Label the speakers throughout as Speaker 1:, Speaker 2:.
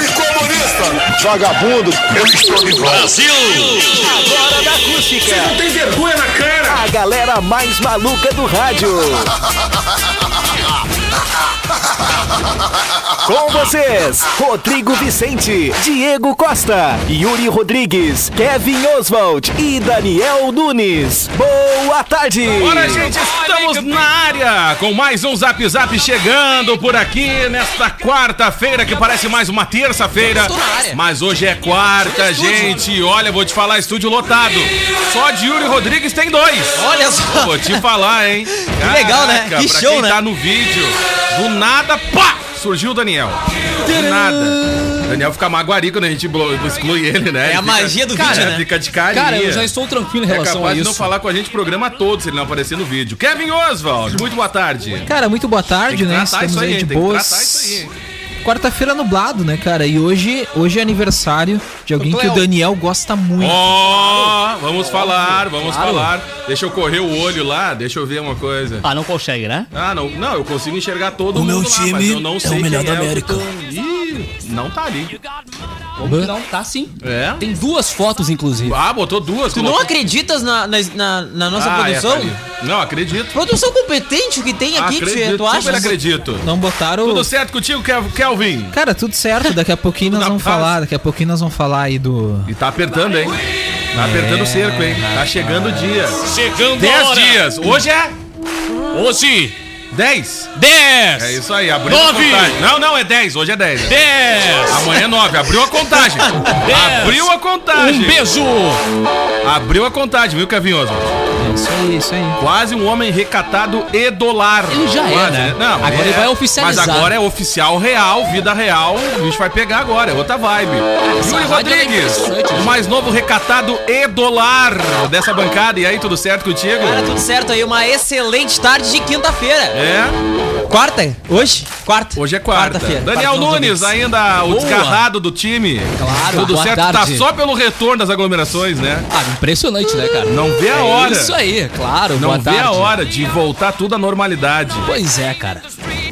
Speaker 1: e comunista.
Speaker 2: Vagabundo, eu estou de volta.
Speaker 1: Tem vergonha na cara.
Speaker 3: A galera mais maluca do rádio. Com vocês, Rodrigo Vicente, Diego Costa, Yuri Rodrigues, Kevin Oswald e Daniel Nunes. Boa tarde!
Speaker 4: Bora, gente, estamos na área com mais um Zap Zap chegando por aqui nesta quarta-feira, que parece mais uma terça-feira. Mas hoje é quarta, gente. Olha, vou te falar, estúdio lotado. Só de Yuri Rodrigues tem dois.
Speaker 5: Olha só.
Speaker 4: Vou te falar, hein?
Speaker 5: Que legal, né?
Speaker 4: Caraca,
Speaker 5: Que
Speaker 4: pra
Speaker 5: show,
Speaker 4: quem
Speaker 5: né?
Speaker 4: tá no vídeo, do nada, pá! Surgiu o Daniel. Do nada. O Daniel fica maguari quando a gente blo- exclui ele,
Speaker 5: É
Speaker 4: né? Ele
Speaker 5: a
Speaker 4: fica-
Speaker 5: magia do
Speaker 4: Cara,
Speaker 5: vídeo, né?
Speaker 4: Fica de carinha.
Speaker 6: Cara, eu já estou tranquilo em
Speaker 4: É
Speaker 6: relação
Speaker 4: capaz
Speaker 6: a
Speaker 4: de não
Speaker 6: isso.
Speaker 4: falar com a gente o programa todo se ele não aparecer no vídeo. Kevin Oswald, muito boa tarde.
Speaker 6: Cara, muito boa
Speaker 4: Tem que
Speaker 6: tarde, né?
Speaker 4: tratar
Speaker 6: Estamos
Speaker 4: isso aí,
Speaker 6: aí de
Speaker 4: tem que
Speaker 6: boas.
Speaker 4: tratar isso aí.
Speaker 6: Quarta-feira nublado, né, cara? E hoje, hoje é aniversário de alguém que o Daniel gosta muito.
Speaker 4: Ó, vamos falar, vamos falar. Deixa eu correr o olho lá, deixa eu ver uma coisa.
Speaker 5: Ah, não consegue, né?
Speaker 4: Ah, não, não, eu consigo enxergar todo o mundo
Speaker 7: meu
Speaker 4: lá,
Speaker 7: time
Speaker 4: mas eu não
Speaker 7: é
Speaker 4: sei
Speaker 7: o melhor
Speaker 4: quem
Speaker 7: da América.
Speaker 4: É o que tão- Ih, não tá ali.
Speaker 6: Como que Não, tá sim.
Speaker 4: É?
Speaker 6: Tem duas fotos, inclusive.
Speaker 4: Ah, botou duas.
Speaker 5: Tu não acreditas na, na, na- na nossa
Speaker 4: ah, é, tá
Speaker 5: produção?
Speaker 4: ali. não, acredito.
Speaker 5: produção competente que tem aqui, que
Speaker 4: acredito,
Speaker 5: tu acha?
Speaker 4: super acredito.
Speaker 6: Não botaram.
Speaker 4: Tudo certo contigo, Kev- Kelvin?
Speaker 6: Cara, tudo certo. Daqui a pouquinho nós
Speaker 4: na
Speaker 6: vamos
Speaker 4: paz.
Speaker 6: falar. Daqui a pouquinho nós vamos falar aí do.
Speaker 4: E tá apertando, hein? Tá apertando o cerco, hein? Tá chegando o dia.
Speaker 7: Chegando
Speaker 4: 10 dias. Hoje é
Speaker 6: Ah.
Speaker 7: Hoje,
Speaker 4: 10.
Speaker 7: 10,
Speaker 4: É isso aí, abriu a
Speaker 7: Nove.
Speaker 4: contagem. Não, não, é 10. Hoje é 10.
Speaker 7: 10,
Speaker 4: Amanhã é 9. Abriu a contagem.
Speaker 7: Dez.
Speaker 4: Abriu a contagem.
Speaker 7: um beijo.
Speaker 4: Abriu a contagem, viu, Cavinhoso?
Speaker 6: É isso aí, isso aí.
Speaker 4: Quase um homem recatado e dolar.
Speaker 6: Ele já é,
Speaker 4: Quase,
Speaker 6: né?
Speaker 4: Não,
Speaker 6: Agora ele vai oficializar.
Speaker 4: Mas agora é oficial real, vida real. O bicho vai pegar agora, é outra vibe. Yuri
Speaker 6: rádio é
Speaker 4: Rodrigues,
Speaker 6: impressionante,
Speaker 4: o mais novo recatado e dolar dessa bancada. E aí, tudo certo contigo?
Speaker 5: Cara, tudo certo aí. Uma excelente tarde de quinta-feira.
Speaker 4: É,
Speaker 5: Quarta? Hoje? Quarta.
Speaker 4: hoje é quarta.
Speaker 5: Quarta-feira.
Speaker 4: Daniel
Speaker 5: Quarta,
Speaker 4: Nunes, ainda o
Speaker 5: Boa.
Speaker 4: desgarrado do time.
Speaker 6: Claro,
Speaker 4: Tudo
Speaker 6: boa
Speaker 4: certo,
Speaker 6: tarde.
Speaker 4: tá só pelo retorno das aglomerações, né?
Speaker 6: Ah, impressionante, né, cara?
Speaker 4: Não vê a hora.
Speaker 6: Isso aí, claro.
Speaker 4: Não
Speaker 6: boa
Speaker 4: vê
Speaker 6: tarde.
Speaker 4: a hora de voltar tudo à normalidade.
Speaker 6: Pois é, cara.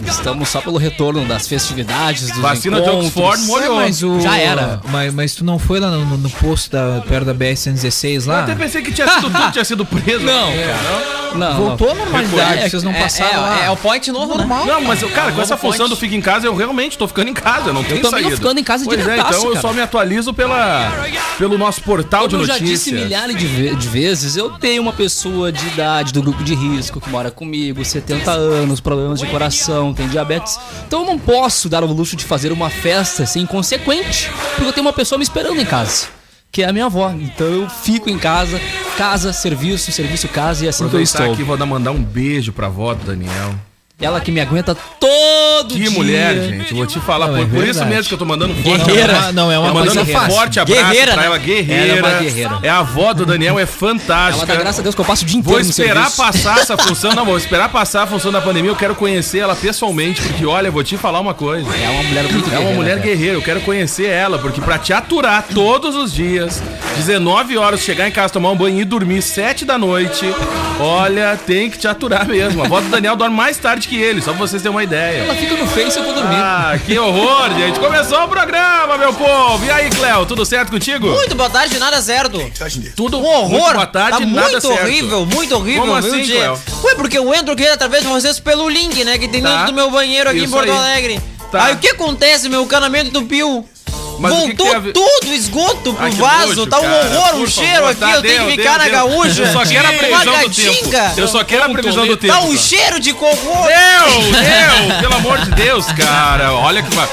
Speaker 6: Estamos só pelo retorno das festividades, dos
Speaker 4: Vacina de
Speaker 6: encontros.
Speaker 4: Oxford molhou.
Speaker 6: É, mas o-
Speaker 5: Já era.
Speaker 6: Mas, mas tu não foi lá no, no posto da, perto da BR-116
Speaker 4: Eu
Speaker 6: lá?
Speaker 4: até pensei que tinha sido tudo, tinha sido preso.
Speaker 6: Não,
Speaker 4: É,
Speaker 6: cara.
Speaker 4: não.
Speaker 6: Não,
Speaker 4: Voltou
Speaker 6: Voltou
Speaker 4: à
Speaker 6: à
Speaker 4: normalidade,
Speaker 6: normalidade,
Speaker 5: É,
Speaker 6: vocês não passaram
Speaker 5: é,
Speaker 6: lá.
Speaker 5: É, é o point novo, né?
Speaker 4: Não, mas, eu,
Speaker 6: É
Speaker 4: cara, com essa função do Fica em Casa, eu realmente tô ficando em casa, não tenho
Speaker 6: também tô
Speaker 4: saída.
Speaker 6: ficando em casa
Speaker 4: pois é,
Speaker 6: diretaço,
Speaker 4: então eu
Speaker 6: cara.
Speaker 4: só me atualizo pela, pelo nosso portal
Speaker 6: Como eu
Speaker 4: de
Speaker 6: já
Speaker 4: notícias.
Speaker 6: disse milhares de, ve- de vezes, eu tenho uma pessoa de idade, do grupo de risco, que mora comigo, 70 anos, problemas de coração, tem diabetes. Então eu não posso dar o luxo de fazer uma festa assim, inconsequente, porque eu tenho uma pessoa me esperando em casa, que é a minha avó. Então eu fico em casa, casa, serviço, serviço, casa, e é assim que eu
Speaker 4: Aproveitar
Speaker 6: estou.
Speaker 4: aqui, vou dar, mandar um beijo pra avó do Daniel.
Speaker 6: Ela que me aguenta todo
Speaker 4: Que
Speaker 6: dia.
Speaker 4: mulher, gente, vou te falar.
Speaker 6: Não,
Speaker 4: por
Speaker 6: é
Speaker 4: por isso
Speaker 6: verdade.
Speaker 4: mesmo que eu tô mandando um forte
Speaker 6: Guerreira.
Speaker 4: abraço.
Speaker 6: Não, é uma
Speaker 4: Tô
Speaker 6: coisa
Speaker 4: mandando um
Speaker 6: fácil.
Speaker 4: forte abraço
Speaker 5: Guerreira,
Speaker 4: pra
Speaker 5: né?
Speaker 4: ela, guerreira.
Speaker 6: Ela é uma guerreira.
Speaker 4: É a avó do Daniel, é
Speaker 6: Ela
Speaker 4: fantástica.
Speaker 6: dá graças a Deus que eu passo o dia inteiro
Speaker 4: Vou
Speaker 6: no
Speaker 4: esperar
Speaker 6: serviço.
Speaker 4: passar essa função, não, vou esperar passar a função da pandemia, eu quero conhecer ela pessoalmente, porque olha, vou te falar uma coisa.
Speaker 6: É uma mulher muito
Speaker 4: É uma
Speaker 6: guerreira,
Speaker 4: mulher
Speaker 6: cara.
Speaker 4: guerreira, eu quero conhecer ela, porque pra te aturar todos os dias, 19 horas, chegar em casa, tomar um banho e dormir 7 da noite, olha, tem que te aturar mesmo. A avó do Daniel dorme mais tarde que ele, só pra vocês terem uma ideia.
Speaker 6: Ela fica no Face e eu vou dormir.
Speaker 4: Ah, que horror, gente. Começou o programa, meu povo. E aí, Cléo, tudo certo contigo?
Speaker 5: Muito boa tarde, nada certo. Um
Speaker 4: Tudo
Speaker 5: Horror!
Speaker 4: Muito boa tarde,
Speaker 5: tá
Speaker 4: nada
Speaker 5: muito
Speaker 4: certo.
Speaker 5: horrível, muito horrível,
Speaker 4: Como
Speaker 5: viu,
Speaker 4: assim,
Speaker 5: Diego?
Speaker 4: Cléo?
Speaker 5: Ué, porque eu entro aqui através de vocês pelo link, né? Que tem
Speaker 4: Tá.
Speaker 5: dentro do meu banheiro aqui
Speaker 4: Isso
Speaker 5: em Porto
Speaker 4: aí.
Speaker 5: Alegre.
Speaker 4: Tá.
Speaker 5: Aí o que acontece? Meu encanamento entupiu.
Speaker 4: Mas o que que
Speaker 5: Voltou
Speaker 4: tem a ver-
Speaker 5: tudo, esgoto pro
Speaker 4: Ai, Ah, que
Speaker 5: vaso,
Speaker 4: nojo,
Speaker 5: tá um
Speaker 4: cara.
Speaker 5: horror, um
Speaker 4: Por
Speaker 5: cheiro
Speaker 4: favor,
Speaker 5: aqui,
Speaker 4: tá,
Speaker 5: eu tenho
Speaker 4: deu,
Speaker 5: que ficar
Speaker 4: deu,
Speaker 5: na
Speaker 4: deu.
Speaker 5: gaúcha.
Speaker 4: Eu só quero a
Speaker 5: Uma
Speaker 4: previsão do tempo.
Speaker 5: gatinga.
Speaker 4: Eu só quero a previsão do tempo.
Speaker 5: Tá um cheiro de cocô.
Speaker 4: É. Meu, meu, pelo amor de Deus, cara. Olha que. ma-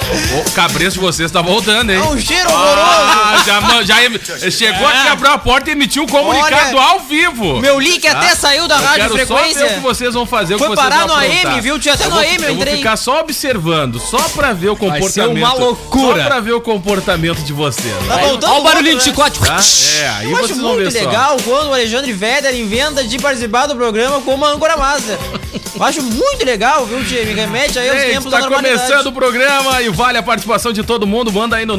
Speaker 4: O cabreço de vocês tá voltando, hein?
Speaker 5: Tá um cheiro horroroso.
Speaker 4: Ah, já, man- já em- chegou aqui, abriu a porta e emitiu um comunicado
Speaker 5: Olha,
Speaker 4: ao vivo.
Speaker 5: Meu link até saiu da
Speaker 4: Tá. Eu
Speaker 5: rádio
Speaker 4: quero só ver o que
Speaker 5: frequência.
Speaker 4: vocês vão fazer. o que
Speaker 5: Foi
Speaker 4: vocês
Speaker 5: parar
Speaker 4: vão
Speaker 5: no AM,
Speaker 4: aprontar.
Speaker 5: viu? Tinha até
Speaker 4: Eu
Speaker 5: no
Speaker 4: vou-
Speaker 5: AM, eu
Speaker 4: Eu vou
Speaker 5: entrei.
Speaker 4: ficar só observando, só pra ver o comportamento.
Speaker 6: ser uma loucura.
Speaker 4: Só pra ver o comportamento de vocês.
Speaker 6: Tá voltando
Speaker 8: Olha o barulhinho
Speaker 6: logo,
Speaker 8: de
Speaker 6: né?
Speaker 8: chicote.
Speaker 4: Tá? É, aí
Speaker 6: Eu acho
Speaker 4: vocês vão ver
Speaker 6: muito
Speaker 4: só.
Speaker 6: legal quando o Alexandre Vedder inventa de participar do programa como a âncora master. Eu acho muito legal, viu, Tchê? Me remete aí aos
Speaker 4: Gente,
Speaker 6: tempos da
Speaker 4: tá
Speaker 6: normalidade.
Speaker 4: começando o programa e vale a participação de todo mundo. Manda aí no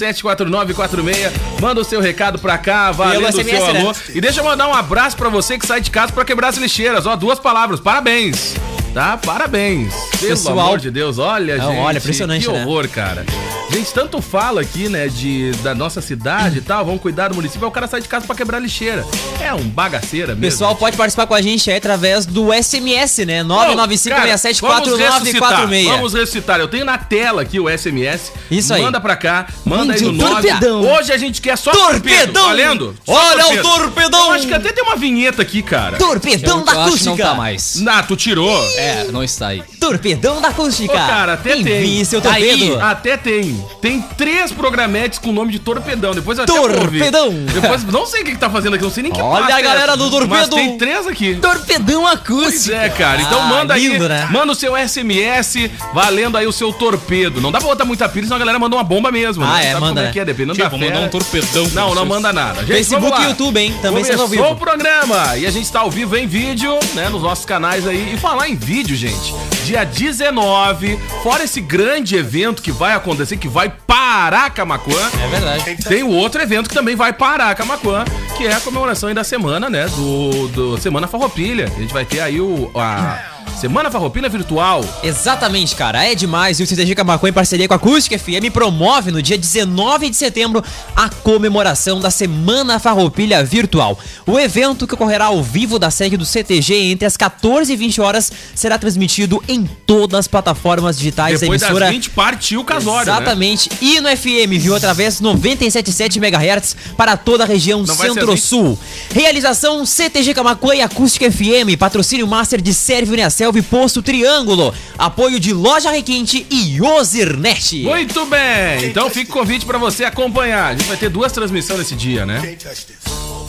Speaker 4: 995674946. Manda o seu recado pra cá, valendo o seu
Speaker 6: SMS, né?
Speaker 4: alô. E deixa eu mandar um abraço pra você que sai de casa pra quebrar as lixeiras. Ó, duas palavras. Parabéns. Tá? Parabéns. Pelo
Speaker 8: Pessoal.
Speaker 4: amor de Deus, olha,
Speaker 6: Não,
Speaker 4: gente.
Speaker 6: olha, impressionante,
Speaker 4: Que
Speaker 6: né?
Speaker 4: horror, cara. Gente, tanto fala aqui, né, de, da nossa cidade e tal, vamos cuidar do município, aí o cara sai de casa pra quebrar lixeira. É um bagaceira mesmo.
Speaker 6: Pessoal, pode participar com a gente aí através do SMS, né?
Speaker 4: Não, cara, vamos ressuscitar,
Speaker 6: 995674946.
Speaker 4: Vamos ressuscitar. Eu tenho na tela aqui o SMS.
Speaker 6: Isso aí.
Speaker 4: Manda pra cá, manda
Speaker 8: Mande
Speaker 4: aí no
Speaker 8: um
Speaker 4: 9.
Speaker 8: torpedão.
Speaker 4: Hoje a gente quer só torpedo. Valendo? Só
Speaker 6: Olha é o torpedão!
Speaker 4: Eu acho que até tem uma vinheta aqui, cara.
Speaker 6: Torpedão
Speaker 8: Eu
Speaker 6: da
Speaker 8: acho que não
Speaker 6: acústica!
Speaker 8: tá mais.
Speaker 4: Ah, tu tirou?
Speaker 8: É, não está aí.
Speaker 6: Torpedão da acústica!
Speaker 4: Ô, cara, até tem.
Speaker 6: Envie seu
Speaker 8: Tá aí.
Speaker 6: torpedo!
Speaker 4: Até tem. Tem três programetes com o nome de Torpedão. Depois eu até vou ouvir.
Speaker 6: Torpedão.
Speaker 4: Depois, não sei o que, que tá fazendo aqui, não sei nem que
Speaker 6: Olha
Speaker 4: pasta
Speaker 6: a galera
Speaker 4: é essa,
Speaker 6: do
Speaker 4: Mas
Speaker 6: Torpedo.
Speaker 4: tem três aqui.
Speaker 8: Torpedão
Speaker 4: Pois
Speaker 8: acústico.
Speaker 4: é, cara. Então
Speaker 6: Ah,
Speaker 4: manda
Speaker 6: lindo,
Speaker 4: aí,
Speaker 6: né?
Speaker 4: manda o seu SMS valendo aí o seu torpedo. Não dá pra botar muita pilha, senão a galera manda uma bomba mesmo.
Speaker 6: Ah,
Speaker 4: né?
Speaker 6: é,
Speaker 4: Sabe
Speaker 6: manda,
Speaker 4: Como é
Speaker 6: né?
Speaker 4: que é, dependendo
Speaker 1: Tchê,
Speaker 4: da
Speaker 1: vou
Speaker 4: fé.
Speaker 1: mandar um torpedão pra
Speaker 4: Não, não
Speaker 1: vocês.
Speaker 4: manda nada. Gente,
Speaker 6: Facebook
Speaker 4: vamos
Speaker 6: e
Speaker 4: lá.
Speaker 6: YouTube, hein? Também sendo ao
Speaker 4: Começou o
Speaker 6: vivo.
Speaker 4: programa e a gente tá ao vivo em vídeo, né, nos nossos canais aí. E falar em vídeo, gente, dia 19, fora esse grande evento que vai acontecer, que vai parar Camacuã,
Speaker 6: É verdade.
Speaker 4: tem o outro evento que também vai parar Camacuã, que é a comemoração aí da semana, né? Do, do Semana Farroupilha. A gente vai ter aí o, a Semana Farroupilha Virtual.
Speaker 6: Exatamente, cara. É demais. E o CTG Camacuã, em parceria com a Acústica FM, promove no dia 19 de setembro a comemoração da Semana Farroupilha Virtual. O evento, que ocorrerá ao vivo da sede do CTG entre as 14 e 20 horas, será transmitido em todas as plataformas digitais
Speaker 4: Depois
Speaker 6: da
Speaker 4: das
Speaker 6: emissora.
Speaker 4: 20 partiu o casório, né?
Speaker 6: Exatamente. E no FM, viu? Através do 97,7 MHz para toda a região
Speaker 4: Não vai ser assim?
Speaker 6: Centro-Sul. Realização CTG Camacuã e Acústica FM. Patrocínio Master de Sérvio Uniacelv e Posto Triângulo. Apoio de Loja Requinte e Ozirnet.
Speaker 4: Muito bem! Então fica o convite pra você acompanhar. A gente vai ter duas transmissões nesse dia, né?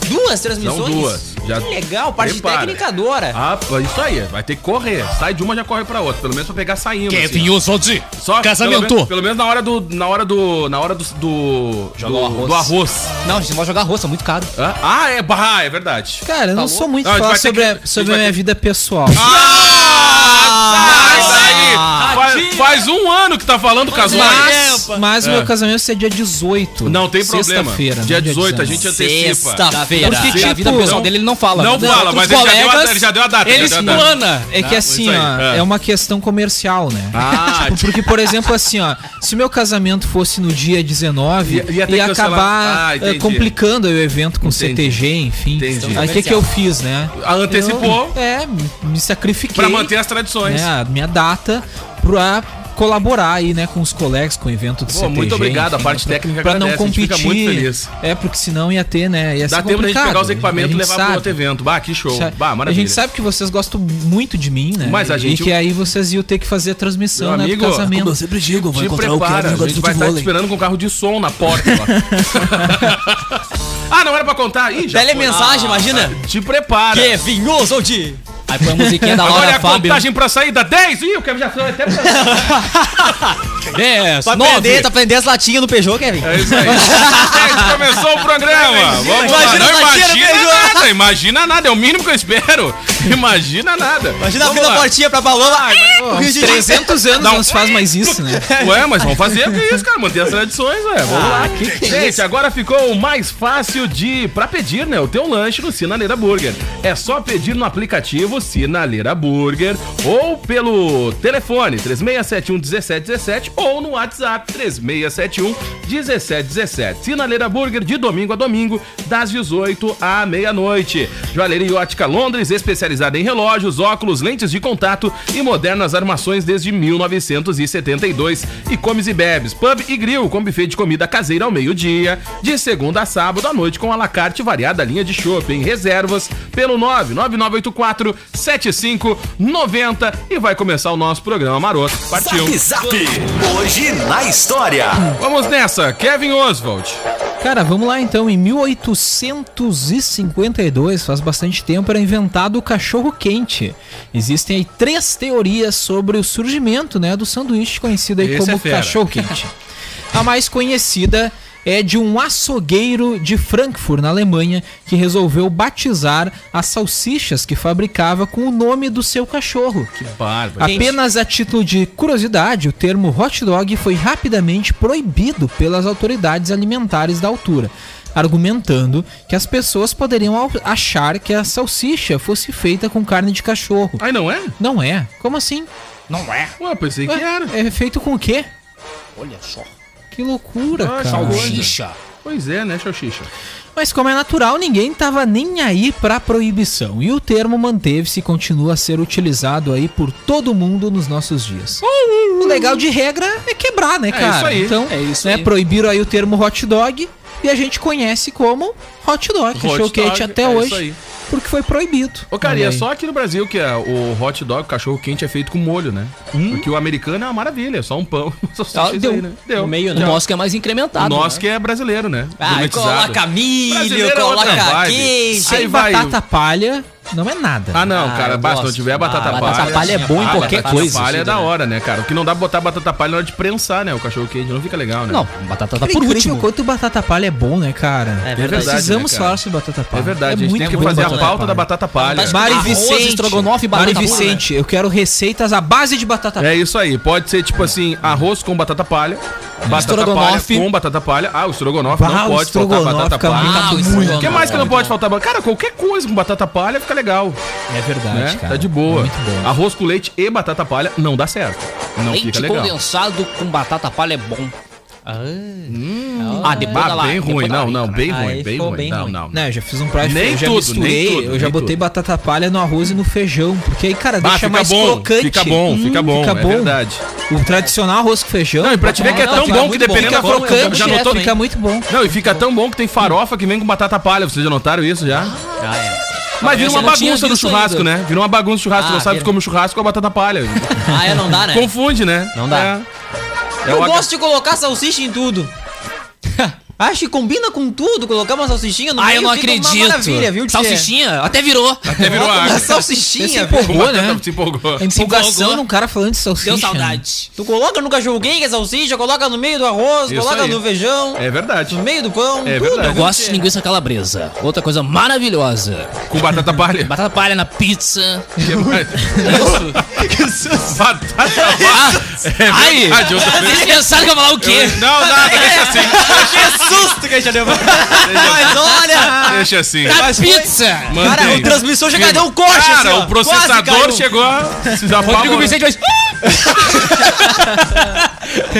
Speaker 6: Duas
Speaker 4: São
Speaker 6: transmissões?
Speaker 4: duas. Já
Speaker 6: Que legal, parte
Speaker 4: Prepara.
Speaker 6: técnica
Speaker 9: É.
Speaker 6: adora.
Speaker 4: Ah, pô, isso aí, vai ter que correr. Sai de uma, já corre pra outra. Pelo menos pra pegar saindo.
Speaker 9: é
Speaker 1: Kevin
Speaker 4: assim, ó.
Speaker 1: Oswald.
Speaker 4: Só Pelo menos,
Speaker 1: Casamento.
Speaker 4: pelo menos na hora do. Na hora do. Na hora do. Do,
Speaker 8: Joga o
Speaker 4: do,
Speaker 8: arroz.
Speaker 4: do arroz.
Speaker 8: Não, a gente não vai jogar arroz, tá muito caro.
Speaker 4: Hã? Ah, é. Ah, é verdade.
Speaker 9: Cara,
Speaker 6: Tá
Speaker 9: eu não sou muito
Speaker 4: Não, a gente
Speaker 9: falar
Speaker 4: vai ter
Speaker 9: sobre,
Speaker 4: que-
Speaker 9: a-
Speaker 4: a gente
Speaker 9: sobre
Speaker 4: vai
Speaker 9: a minha
Speaker 4: ter-
Speaker 9: vida pessoal.
Speaker 4: Ah, sai daí. Faz, faz um ano que tá falando Casual.
Speaker 9: Mas,
Speaker 6: É.
Speaker 9: mas o meu casamento é dia 18.
Speaker 4: Não tem problema.
Speaker 9: Sexta-feira.
Speaker 4: Dia Então,
Speaker 9: não
Speaker 4: 18 a gente antecipa.
Speaker 8: Porque,
Speaker 9: Porque,
Speaker 8: tipo, a vida
Speaker 9: tipo,
Speaker 8: pessoal dele ele não fala.
Speaker 4: Não
Speaker 8: né?
Speaker 4: fala, mas
Speaker 9: Os
Speaker 4: ele já, deu a,
Speaker 9: colegas,
Speaker 4: ele já deu a data.
Speaker 9: Ele
Speaker 4: já deu a data.
Speaker 9: explana. É que assim,
Speaker 4: isso aí,
Speaker 9: ó,
Speaker 4: é.
Speaker 9: é uma questão comercial, né?
Speaker 4: Ah,
Speaker 9: Tipo, porque, por exemplo, assim, ó, se meu casamento fosse no dia 19,
Speaker 4: Ia-
Speaker 9: ia,
Speaker 4: ia ter que cancelar.
Speaker 9: acabar
Speaker 4: Ah,
Speaker 9: eh,
Speaker 4: entendi.
Speaker 9: complicando aí o evento com
Speaker 4: Entendi.
Speaker 9: CTG, enfim.
Speaker 4: Entendi.
Speaker 9: Aí o que, que eu fiz, né?
Speaker 4: Ah, antecipou.
Speaker 9: Eu, é, me- me sacrifiquei.
Speaker 4: Pra manter as tradições.
Speaker 9: né, a minha data pra colaborar aí, né, com os colegas, com o evento
Speaker 4: Pô,
Speaker 9: do CTG.
Speaker 4: muito obrigado, a
Speaker 9: enfim, né,
Speaker 4: parte técnica
Speaker 9: Pra não
Speaker 4: agradece, a gente
Speaker 9: competir.
Speaker 4: fica muito feliz.
Speaker 9: É, porque senão ia ter, né, ia
Speaker 4: Dá
Speaker 9: ser
Speaker 4: tempo da gente
Speaker 9: complicado.
Speaker 4: pegar os
Speaker 9: A
Speaker 4: equipamentos e
Speaker 9: gente
Speaker 4: levar
Speaker 9: sabe.
Speaker 4: pro outro evento. Bah, que show.
Speaker 9: Sabe-
Speaker 4: Bah,
Speaker 9: a
Speaker 4: maravilha.
Speaker 9: gente sabe que vocês gostam muito de mim, né?
Speaker 4: Mas a gente-
Speaker 9: E que aí vocês iam ter que fazer a transmissão,
Speaker 4: Meu
Speaker 9: né,
Speaker 4: amigo,
Speaker 9: do casamento.
Speaker 2: sempre digo, eu
Speaker 4: Te
Speaker 6: é
Speaker 4: prepara, a gente vai estar te esperando com o carro de som na porta lá. ah, não era pra contar? Ih, já foi. Ah,
Speaker 6: Telemensagem, imagina.
Speaker 4: Te prepara.
Speaker 6: Kevin Oswald.
Speaker 8: Aí põe a musiquinha da
Speaker 4: Agora é
Speaker 8: Laura
Speaker 4: a
Speaker 8: Fábio.
Speaker 4: contagem pra saída. 10! Ih, o Kevin já foi até pra...
Speaker 1: 10,
Speaker 6: Tá
Speaker 1: 9.
Speaker 6: aprendendo, tá aprendendo as latinhas no Peugeot, Kevin.
Speaker 4: É isso aí. Gente, começou o programa. Vamos
Speaker 6: Imagina
Speaker 4: lá. Não
Speaker 6: a latinha no
Speaker 4: imagina
Speaker 6: Peugeot.
Speaker 4: nada. Imagina nada. É o mínimo que eu espero. Imagina nada.
Speaker 6: Imagina
Speaker 4: Vamos
Speaker 6: abrindo a
Speaker 4: lá.
Speaker 6: portinha pra Paloma.
Speaker 4: Ah,
Speaker 6: O Rio de Janeiro.
Speaker 9: 300 anos
Speaker 4: Não.
Speaker 9: não, se faz mais isso, né?
Speaker 4: Ué, mas vamos fazer que é isso, cara. Manter as tradições, ué. Vamos lá. Gente, agora ficou mais fácil de pra pedir, né? O teu lanche no Sinaleira Burger. É só pedir no aplicativo Sinaleira Burger ou pelo telefone 3671 1717 ou no WhatsApp 3671 1717. Sinaleira Burger de domingo a domingo, das 18 à meia-noite. Joalheria e Ótica Londres, especializada em relógios, óculos, lentes de contato e modernas armações desde 1972. E comes e bebes, pub e grill, com buffet de comida caseira ao meio-dia, de segunda a sábado à noite com alacarte variada linha de shopping. Reservas pelo 99984 7590 e vai começar o nosso programa maroto. Partiu.
Speaker 2: Hoje na história.
Speaker 4: Vamos nessa, Kevin Oswald.
Speaker 9: Cara, vamos lá então. Em 1852, faz bastante tempo, era inventado o cachorro quente. Existem aí três teorias sobre o surgimento né, do sanduíche conhecido aí
Speaker 4: Esse
Speaker 9: como
Speaker 4: é fera.
Speaker 9: cachorro quente. A mais conhecida é de um açougueiro de Frankfurt, na Alemanha, que resolveu batizar as salsichas que fabricava com o nome do seu cachorro.
Speaker 4: Que bárbaro.
Speaker 9: Apenas a título de curiosidade, o termo hot dog foi rapidamente proibido pelas autoridades alimentares da altura, argumentando que as pessoas poderiam au- achar que a salsicha fosse feita com carne de cachorro.
Speaker 4: Ai, não é?
Speaker 9: Não é? Como assim?
Speaker 10: Não é?
Speaker 4: Ué, eu pensei que
Speaker 9: Ué,
Speaker 4: era.
Speaker 9: É feito com o quê?
Speaker 10: Olha só.
Speaker 9: Que loucura,
Speaker 4: Ah,
Speaker 9: cara.
Speaker 4: salsicha. Pois é, né, Xoxixa?
Speaker 9: Mas como é natural, ninguém tava nem aí pra proibição. E o termo manteve-se e continua a ser utilizado aí por todo mundo nos nossos dias. O legal de regra é quebrar, né, cara?
Speaker 4: isso aí.
Speaker 9: Então,
Speaker 6: É isso
Speaker 9: né,
Speaker 6: aí.
Speaker 9: proibiram aí o termo hot dog e a gente conhece como hot dog,
Speaker 4: Hot
Speaker 9: cachorro quente
Speaker 4: dog,
Speaker 9: até
Speaker 4: é isso
Speaker 9: hoje,
Speaker 4: aí.
Speaker 9: porque foi proibido.
Speaker 4: Ô, cara, e
Speaker 9: Olha
Speaker 4: é
Speaker 9: aí.
Speaker 4: só aqui no Brasil que é o hot dog, o cachorro quente, é feito com molho, né?
Speaker 5: Hum?
Speaker 4: Porque o americano é uma maravilha, é só um pão. Só
Speaker 6: Ah, deu.
Speaker 4: né? Deu.
Speaker 5: No meio,
Speaker 6: O
Speaker 5: né?
Speaker 6: nosso que é mais incrementado.
Speaker 4: O nosso
Speaker 6: né?
Speaker 4: que é brasileiro, né?
Speaker 5: Ah,
Speaker 4: Gourmetizado.
Speaker 5: coloca
Speaker 4: Brasileiro
Speaker 5: milho,
Speaker 4: é outra
Speaker 5: coloca
Speaker 4: vibe.
Speaker 5: queijo.
Speaker 4: Aí
Speaker 9: Sem
Speaker 4: vai.
Speaker 9: batata palha não é nada.
Speaker 4: Ah, não,
Speaker 5: Ah,
Speaker 4: cara,
Speaker 5: eu
Speaker 4: basta, se não
Speaker 5: gosto.
Speaker 4: tiver batata
Speaker 5: Ah,
Speaker 4: palha.
Speaker 5: batata palha é bom em
Speaker 4: Ah,
Speaker 5: qualquer
Speaker 4: batata
Speaker 5: coisa,
Speaker 4: palha é
Speaker 5: assim,
Speaker 4: da
Speaker 5: né?
Speaker 4: hora, né, cara? O que não dá pra botar batata palha na hora de prensar, né? O cachorro quente não fica legal, né?
Speaker 6: Não, batata tá
Speaker 9: Cara,
Speaker 6: por
Speaker 9: incrível
Speaker 6: último.
Speaker 9: quanto batata palha é bom, né, cara?
Speaker 5: É verdade.
Speaker 9: Precisamos
Speaker 4: né, cara?
Speaker 9: falar sobre batata palha.
Speaker 4: É verdade, a gente tem
Speaker 9: muito
Speaker 4: que
Speaker 9: bom
Speaker 4: fazer a pauta da batata palha.
Speaker 5: Mas-
Speaker 9: Mari
Speaker 5: Arroz,
Speaker 9: Vicente,
Speaker 6: estrogonofe e batata né?
Speaker 9: Mari
Speaker 6: palha.
Speaker 9: Vicente, eu quero receitas à base de batata palha.
Speaker 4: É isso aí, pode ser tipo assim, arroz com batata palha, batata palha
Speaker 6: Estrogonofe.
Speaker 4: com batata palha. Ah, o estrogonofe
Speaker 9: Bah,
Speaker 4: não
Speaker 9: o
Speaker 4: pode faltar
Speaker 9: estrogonofe
Speaker 4: batata
Speaker 9: fica
Speaker 4: palha.
Speaker 9: muito
Speaker 6: Ah, o
Speaker 4: O que
Speaker 6: estrogonofe.
Speaker 4: mais que não pode faltar? Cara, qualquer coisa com batata palha fica legal,
Speaker 9: É verdade,
Speaker 4: né? Tá de boa.
Speaker 9: Muito bom.
Speaker 4: Arroz com leite e batata palha não dá certo. Não fica
Speaker 6: Leite
Speaker 4: legal.
Speaker 6: condensado com batata palha é bom. Ah, ah depois da
Speaker 4: Ah,
Speaker 6: lá.
Speaker 4: bem ruim, não, não, bem
Speaker 6: Ah,
Speaker 5: Aí
Speaker 4: ruim, bem
Speaker 5: ficou
Speaker 4: ruim.
Speaker 5: bem
Speaker 4: Não,
Speaker 5: ruim.
Speaker 4: não, não.
Speaker 9: Não, eu já fiz um prato
Speaker 4: Nem
Speaker 9: eu já
Speaker 4: tudo,
Speaker 9: misturei,
Speaker 4: nem tudo,
Speaker 9: eu já
Speaker 4: nem
Speaker 9: botei
Speaker 4: tudo.
Speaker 9: batata palha no arroz e no feijão, porque aí, cara,
Speaker 4: Bah,
Speaker 9: deixa
Speaker 4: fica
Speaker 9: mais
Speaker 4: bom,
Speaker 9: crocante. Hum,
Speaker 4: fica bom, fica bom, é verdade.
Speaker 9: O tradicional arroz com feijão.
Speaker 4: Não, e pra te ver que é tão
Speaker 9: fica
Speaker 4: bom que
Speaker 9: muito
Speaker 4: dependendo
Speaker 9: fica
Speaker 4: da forma,
Speaker 9: crocante,
Speaker 4: já notou?
Speaker 9: fica muito bom.
Speaker 4: Não, e fica tão bom que tem farofa que vem com batata palha. Vocês já notaram isso já?
Speaker 5: Ah, é.
Speaker 4: Mas vira
Speaker 6: eu
Speaker 4: uma
Speaker 6: não tinha
Speaker 4: bagunça do
Speaker 6: visto
Speaker 4: churrasco,
Speaker 6: ainda.
Speaker 4: né? Vira uma bagunça do churrasco.
Speaker 5: Ah,
Speaker 4: não sabe
Speaker 5: vira.
Speaker 4: como churrasco ou batata palha.
Speaker 5: Ah, é, não dá, né?
Speaker 4: Confunde, né?
Speaker 5: Não dá.
Speaker 4: É. É
Speaker 5: eu
Speaker 4: o
Speaker 5: gosto de colocar salsicha em tudo. Acho que combina com tudo, colocar uma salsichinha no
Speaker 6: Ah,
Speaker 5: meio
Speaker 6: eu não
Speaker 5: fica
Speaker 6: acredito.
Speaker 5: Uma maravilha, viu, tchê?
Speaker 6: Salsichinha? Até virou.
Speaker 4: Até virou água.
Speaker 5: Uma salsichinha,
Speaker 9: Esse
Speaker 5: velho.
Speaker 4: O
Speaker 9: empurrou,
Speaker 4: batata
Speaker 9: né?
Speaker 4: se empolgou.
Speaker 9: A empolgação
Speaker 6: empolgou.
Speaker 9: num cara falando de salsicha.
Speaker 6: Deu
Speaker 9: né?
Speaker 6: saudade.
Speaker 5: Tu coloca no cachorro quente a é salsicha, coloca no meio do arroz,
Speaker 4: Isso
Speaker 5: coloca
Speaker 4: aí.
Speaker 5: no feijão,
Speaker 4: É verdade.
Speaker 5: no meio do pão,
Speaker 4: É
Speaker 5: tudo.
Speaker 4: verdade.
Speaker 6: Eu gosto de linguiça calabresa. Outra coisa maravilhosa.
Speaker 4: Com batata palha.
Speaker 6: Batata palha na pizza.
Speaker 4: Que mais? batata palha. É
Speaker 6: Ai.
Speaker 4: verdade. outra vez.
Speaker 6: Ah! Vocês pensaram que eu ia falar o quê?
Speaker 4: Não, não, deixa assim.
Speaker 5: Que é susto que a gente deu. Mas olha,
Speaker 4: Deixa assim.
Speaker 6: Na
Speaker 5: Mas foi-
Speaker 6: pizza.
Speaker 5: cara, o
Speaker 4: Mantém.
Speaker 5: transmissor já caiu, deu um corte
Speaker 4: Cara,
Speaker 5: assim, ó.
Speaker 4: o
Speaker 5: Quase
Speaker 4: processador
Speaker 5: caiu.
Speaker 4: chegou a...
Speaker 6: Rodrigo Vicente vai...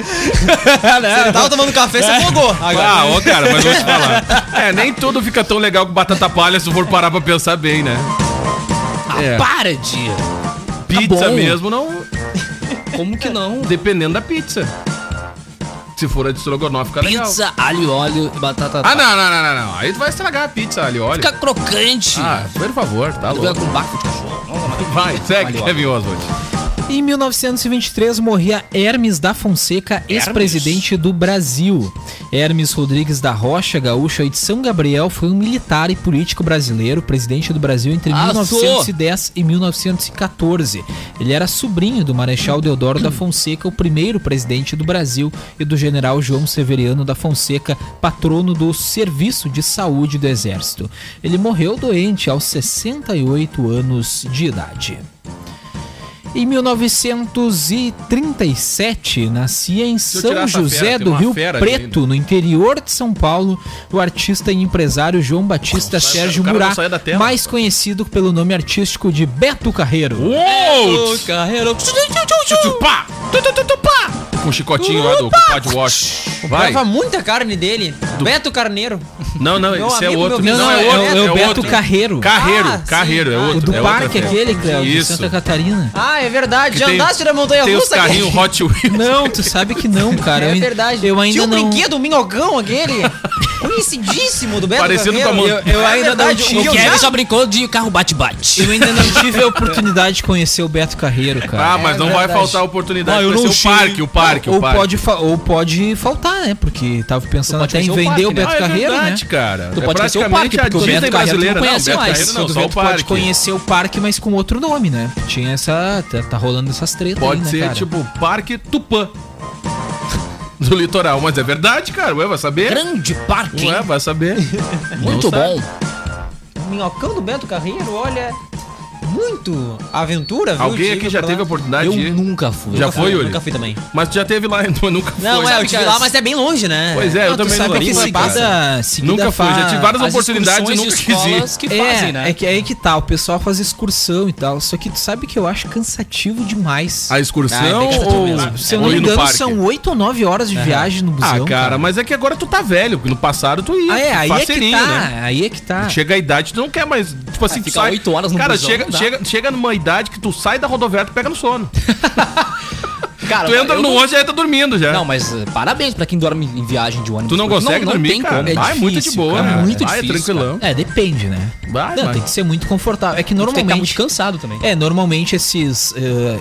Speaker 5: Você tava tomando café,
Speaker 4: É.
Speaker 5: você afogou. Agora.
Speaker 4: Ah, ô cara, mas vou te falar. É, nem tudo fica tão legal com batata palha se for parar pra pensar bem, né? É.
Speaker 6: Para de...
Speaker 4: Pizza
Speaker 6: bom.
Speaker 4: mesmo não.
Speaker 6: Como que não?
Speaker 4: Dependendo da pizza. Se for a de estrogonofe, fica legal.
Speaker 6: Pizza, alho, óleo e batata...
Speaker 4: Ah, não, não, não, não, não. Aí tu vai estragar a pizza ali, olha.
Speaker 6: Fica crocante.
Speaker 4: Ah, por favor, tá
Speaker 6: Lugar
Speaker 4: louco.
Speaker 6: com bafo de cachorro.
Speaker 4: Vai, segue, Kevin Oswald.
Speaker 9: Em 1923 morria Hermes da Fonseca, ex-presidente do Brasil. Hermes Rodrigues da Rocha, gaúcha e de São Gabriel, foi um militar e político brasileiro, presidente do Brasil entre
Speaker 6: Arrasou!
Speaker 9: 1910 e 1914. Ele era sobrinho do Marechal Deodoro da Fonseca, o primeiro presidente do Brasil, e do general João Severiano da Fonseca, patrono do Serviço de Saúde do Exército. Ele morreu doente aos 68 anos de idade. Em 1937, nascia em
Speaker 4: eu tirar
Speaker 9: São
Speaker 4: essa
Speaker 9: José
Speaker 4: fera, tem
Speaker 9: do
Speaker 4: uma
Speaker 9: Rio
Speaker 4: fera ali
Speaker 9: Preto, no interior de São Paulo, o artista e empresário João Batista Sérgio
Speaker 4: o cara não
Speaker 9: Murat,
Speaker 4: saia da tela.
Speaker 9: mais conhecido pelo nome artístico de Beto Carreiro.
Speaker 4: Uou!
Speaker 5: Carreiro.
Speaker 4: Tupá! Tututupá! Com o chicotinho lá do Quad Wash. Vai.
Speaker 5: Comprava muita carne dele. Beto Carneiro.
Speaker 4: Não, não,
Speaker 5: Meu
Speaker 4: esse é
Speaker 5: amigo,
Speaker 4: outro.
Speaker 5: meu
Speaker 4: Não,
Speaker 5: vizinho.
Speaker 4: é
Speaker 9: é,
Speaker 4: outro.
Speaker 9: o- é o Beto
Speaker 4: outro.
Speaker 9: Carreiro.
Speaker 4: Carreiro,
Speaker 5: Ah, sim.
Speaker 4: carreiro, é
Speaker 5: Ah,
Speaker 4: outro.
Speaker 9: o do
Speaker 4: é outra
Speaker 9: parque
Speaker 4: fera.
Speaker 9: aquele, Cléo, de
Speaker 4: Isso.
Speaker 9: Santa Catarina.
Speaker 5: Ah, é verdade.
Speaker 4: Que
Speaker 5: Já
Speaker 4: tem-
Speaker 5: andasse na
Speaker 6: É
Speaker 5: montanha
Speaker 4: Tem os
Speaker 5: russa. aquele.
Speaker 4: carrinhos Hot Wheels.
Speaker 9: Não, tu sabe que não, cara.
Speaker 5: É
Speaker 9: Eu-
Speaker 5: verdade.
Speaker 9: Eu ainda
Speaker 5: Tinha um
Speaker 9: não...
Speaker 5: brinquedo, um minhocão aquele. Conhecidíssimo do Beto
Speaker 4: Parecido
Speaker 5: Carreiro.
Speaker 4: com a mão-
Speaker 5: Eu, eu ainda não
Speaker 9: verdade,
Speaker 5: tinha.
Speaker 6: O
Speaker 9: eu
Speaker 6: Kevin
Speaker 5: já-
Speaker 6: só brincou de carro bate-bate.
Speaker 9: Eu ainda não tive a oportunidade de conhecer o Beto Carreiro, cara.
Speaker 4: Ah, mas
Speaker 5: É
Speaker 4: não vai faltar a oportunidade.
Speaker 9: Ah, eu
Speaker 4: vai
Speaker 9: É não
Speaker 4: ser
Speaker 9: sei.
Speaker 4: o parque, o parque,
Speaker 9: ou,
Speaker 4: o parque.
Speaker 9: Pode fa- ou pode faltar, né? Porque tava pensando até em vender o Beto
Speaker 4: Ah, é
Speaker 9: Carreiro,
Speaker 4: verdade,
Speaker 9: né?
Speaker 4: cara.
Speaker 6: Tu
Speaker 4: é
Speaker 6: pode conhecer o
Speaker 4: praticamente
Speaker 6: parque,
Speaker 4: a
Speaker 6: porque o Beto
Speaker 4: Disney
Speaker 6: Carreiro tu
Speaker 4: brasileira.
Speaker 6: não
Speaker 4: Não,
Speaker 6: conhece
Speaker 4: Beto
Speaker 6: mais.
Speaker 4: Carreiro não, é
Speaker 9: Tu
Speaker 4: só o
Speaker 9: pode
Speaker 4: parque.
Speaker 9: conhecer o parque, mas com outro nome, né? Tinha essa. Tá, tá rolando essas tretas.
Speaker 4: Pode tipo-
Speaker 9: aí, né,
Speaker 4: ser
Speaker 9: cara?
Speaker 4: tipo Parque Tupã. do litoral. Mas é verdade, cara. Ué, vai saber.
Speaker 6: Grande parque.
Speaker 4: Ué,
Speaker 6: hein?
Speaker 4: vai saber.
Speaker 6: Muito
Speaker 4: Não
Speaker 6: bom.
Speaker 4: sabe.
Speaker 5: Minhocão do Bento Carreiro, olha. Muito aventura, viu?
Speaker 4: Alguém
Speaker 5: Tive
Speaker 4: aqui já
Speaker 5: pra
Speaker 4: teve a
Speaker 5: lá.
Speaker 4: oportunidade
Speaker 6: Eu
Speaker 4: de ir?
Speaker 6: nunca fui.
Speaker 4: Já
Speaker 5: Nunca
Speaker 4: foi,
Speaker 5: fui,
Speaker 4: Yuri?
Speaker 5: nunca fui também.
Speaker 4: Mas tu já teve lá, então nunca foi.
Speaker 5: Não, é, eu
Speaker 6: sabe
Speaker 5: tive
Speaker 6: que
Speaker 5: lá,
Speaker 6: as-
Speaker 5: mas é bem longe, né?
Speaker 4: Pois é, eu
Speaker 9: Não, tu
Speaker 4: também
Speaker 9: sabe
Speaker 4: não
Speaker 9: que
Speaker 4: fui,
Speaker 9: seguida
Speaker 4: cara.
Speaker 9: fa- seguida
Speaker 4: Nunca fui, já
Speaker 9: fa-
Speaker 4: tive várias
Speaker 6: As
Speaker 4: oportunidades e nunca
Speaker 6: excursões de
Speaker 4: quis ir.
Speaker 6: escolas que fazem,
Speaker 9: é,
Speaker 6: né?
Speaker 9: é que aí que tá, o pessoal faz excursão e tal. Só que tu sabe que eu acho cansativo demais.
Speaker 4: A excursão
Speaker 6: Ah, é bem
Speaker 4: então, ou,
Speaker 6: mesmo.
Speaker 9: Se eu
Speaker 4: ou
Speaker 9: não
Speaker 4: ir
Speaker 9: me
Speaker 4: no
Speaker 9: engano,
Speaker 4: parque?
Speaker 9: são 8 ou 9 horas de viagem no
Speaker 4: Ah,
Speaker 9: busão.
Speaker 4: cara, mas é que agora tu tá velho, porque no passado tu ia.
Speaker 9: Ah, é, aí é que
Speaker 4: faceirinho,
Speaker 9: tá. Aí é que tá.
Speaker 4: Chega a idade, tu não quer mais. Tipo assim, tu
Speaker 6: ficar
Speaker 4: sai.
Speaker 6: oito horas no
Speaker 4: cara,
Speaker 6: busão,
Speaker 4: chega,
Speaker 6: não dá.
Speaker 4: chega, chega numa idade que tu sai da rodoviária e pega no sono.
Speaker 6: Cara,
Speaker 4: tu entra
Speaker 6: eu
Speaker 4: no
Speaker 6: não-
Speaker 4: ônibus e já tá dormindo já.
Speaker 6: Não, mas eh, parabéns pra quem dorme em viagem de ônibus.
Speaker 4: Tu não
Speaker 6: porque
Speaker 4: consegue dormir,
Speaker 6: tem
Speaker 4: cara?
Speaker 6: como,
Speaker 4: Ah, é muito de boa,
Speaker 6: cara,
Speaker 4: né?
Speaker 6: É muito
Speaker 4: Ah, é
Speaker 6: difícil.
Speaker 4: tranquilão.
Speaker 9: É, depende, né?
Speaker 4: Vai,
Speaker 9: não,
Speaker 4: vai.
Speaker 9: tem que ser muito confortável. É que
Speaker 6: Normalmente. Tem que ficar Tá muito cansado
Speaker 9: normalmente.
Speaker 6: também.
Speaker 9: É, normalmente esses. eh,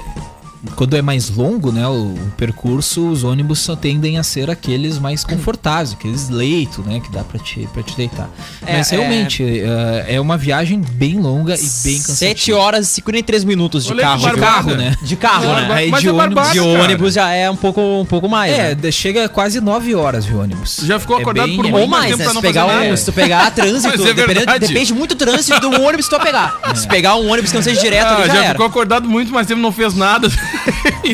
Speaker 9: quando é mais longo, né? O, o percurso, os ônibus só tendem a ser aqueles mais confortáveis, aqueles leito, né? Que dá pra te, pra te deitar.
Speaker 5: É,
Speaker 9: Mas
Speaker 5: é.
Speaker 9: realmente, eh, é uma viagem bem longa e bem cansativa.
Speaker 5: 7 horas e 53 minutos de
Speaker 4: Olha que
Speaker 5: carro.
Speaker 4: barbada.
Speaker 9: carro, né?
Speaker 5: De carro,
Speaker 4: Mas
Speaker 5: né?
Speaker 4: é
Speaker 9: Aí de
Speaker 4: barbada,
Speaker 9: ônibus-
Speaker 5: De
Speaker 4: cara.
Speaker 5: ônibus já é um pouco, um pouco mais.
Speaker 9: É,
Speaker 5: né?
Speaker 9: de- chega quase 9 horas de ônibus.
Speaker 4: Já ficou
Speaker 9: É
Speaker 4: acordado
Speaker 9: bem-
Speaker 4: por
Speaker 9: é
Speaker 4: um
Speaker 9: bem
Speaker 5: Ou mais,
Speaker 4: tempo
Speaker 5: né?
Speaker 4: pra
Speaker 5: Se
Speaker 4: não
Speaker 5: pegar,
Speaker 4: fazer nada.
Speaker 5: um, se tu pegar
Speaker 4: Mas
Speaker 5: trânsito,
Speaker 4: é
Speaker 5: dependendo,
Speaker 4: verdade.
Speaker 5: depende muito do trânsito do ônibus que tu vai pegar.
Speaker 9: É.
Speaker 5: Se pegar um ônibus que não seja direto,
Speaker 4: Ah,
Speaker 5: ali já,
Speaker 4: já
Speaker 5: era.
Speaker 4: ficou acordado muito, mas tempo não fez nada.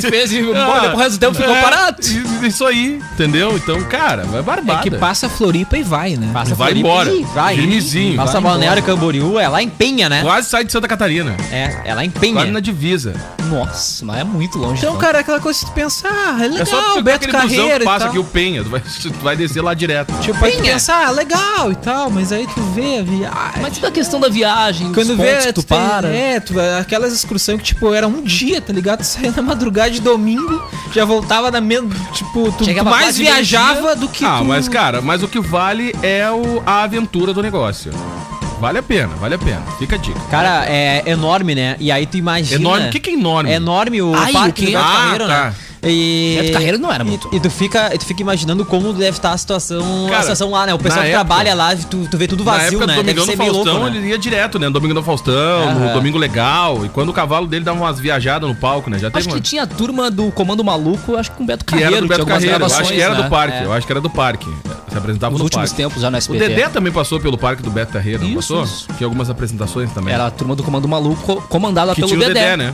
Speaker 6: Fez e
Speaker 4: Ah,
Speaker 6: olha pro resto do tempo ficou
Speaker 4: é,
Speaker 6: parado.
Speaker 4: Isso aí, entendeu? Então, cara, vai
Speaker 9: É
Speaker 4: barbada.
Speaker 9: que passa a Floripa e vai, né?
Speaker 5: Passa
Speaker 4: vai
Speaker 5: Floripa,
Speaker 4: embora.
Speaker 5: ih, Vai.
Speaker 4: Firmezinho,
Speaker 5: Passa
Speaker 4: vai
Speaker 5: Balneário Camboriú, é lá em Penha, né?
Speaker 4: Quase sai de Santa Catarina.
Speaker 5: É, é lá em
Speaker 4: Quase na
Speaker 5: Penha.
Speaker 4: divisa.
Speaker 6: Nossa, mas é muito longe.
Speaker 9: Então, cara, é aquela coisa que tu pensa, ah, é
Speaker 4: É só
Speaker 9: legal,
Speaker 4: tu pegar
Speaker 9: Beto
Speaker 4: aquele busão
Speaker 9: Carreira
Speaker 4: que
Speaker 9: e
Speaker 4: passa
Speaker 9: tal.
Speaker 4: aqui o Penha. Tu vai, tu vai descer lá direto.
Speaker 9: Tipo, aí tu
Speaker 5: Penha.
Speaker 9: pensa, ah, legal e tal, mas aí tu vê a
Speaker 6: Mas
Speaker 9: viagem.
Speaker 6: toda é tipo a questão da viagem,
Speaker 9: quando
Speaker 6: os pontos
Speaker 9: vê,
Speaker 6: que tu
Speaker 9: tem-
Speaker 6: para.
Speaker 9: É, tu, aquelas excursões que, tipo, era um dia, tá ligado? Tu saía na madrugada de domingo, já voltava na mesma. Tipo, tu, tu
Speaker 6: Chegava
Speaker 9: mais
Speaker 6: quase meio
Speaker 9: viajava do que.
Speaker 4: Ah,
Speaker 9: tu-
Speaker 4: mas cara, mas o que vale é o- a aventura do negócio. Vale a pena, vale a pena. Fica a dica.
Speaker 5: Cara, é enorme, né? E aí tu imagina.
Speaker 4: Enorme? O que, que é enorme?
Speaker 5: É enorme o
Speaker 6: Ai,
Speaker 5: parque
Speaker 6: o quê?
Speaker 5: do Beto
Speaker 4: Ah,
Speaker 5: Carreiro,
Speaker 4: tá.
Speaker 5: né? E...
Speaker 6: Beto Carreiro não era muito.
Speaker 5: E, e tu fica, e tu fica imaginando como deve estar a situação,
Speaker 4: Cara,
Speaker 5: a situação lá, né? O pessoal
Speaker 4: na
Speaker 5: que
Speaker 4: época-
Speaker 5: trabalha lá, tu, tu vê tudo
Speaker 4: Na
Speaker 5: vazio,
Speaker 4: época
Speaker 5: né?
Speaker 4: do
Speaker 5: Deve
Speaker 4: Domingão
Speaker 5: ser
Speaker 4: do
Speaker 5: meio
Speaker 4: Faustão,
Speaker 5: louco, né?
Speaker 4: ele ia direto, né? No Domingão do Faustão, no
Speaker 5: Aham.
Speaker 4: Domingo Legal. E quando o cavalo dele dava umas viajadas no palco, né? Já teve
Speaker 6: Então, Acho
Speaker 4: uma...
Speaker 6: que tinha a turma do Comando Maluco, acho que com o Beto
Speaker 4: Que
Speaker 6: Carreiro.
Speaker 4: era do Beto
Speaker 6: tinha algumas
Speaker 4: Carreiro. Eu acho que
Speaker 6: gravações,
Speaker 4: era
Speaker 6: né?
Speaker 4: do parque.
Speaker 6: É.
Speaker 4: Eu acho que era do parque. Se apresentava
Speaker 6: Nos
Speaker 4: no
Speaker 6: últimos
Speaker 4: parque.
Speaker 6: tempos já no
Speaker 4: O
Speaker 6: SBT.
Speaker 4: Dedé também passou pelo parque do Beto Carreiro, não
Speaker 6: Isso,
Speaker 4: passou?
Speaker 6: isso.
Speaker 4: Tinha algumas apresentações também.
Speaker 6: Era a turma do Comando Maluco, comandada
Speaker 4: que
Speaker 6: pelo
Speaker 4: tinha o Dedé,
Speaker 6: Dedé.
Speaker 4: né?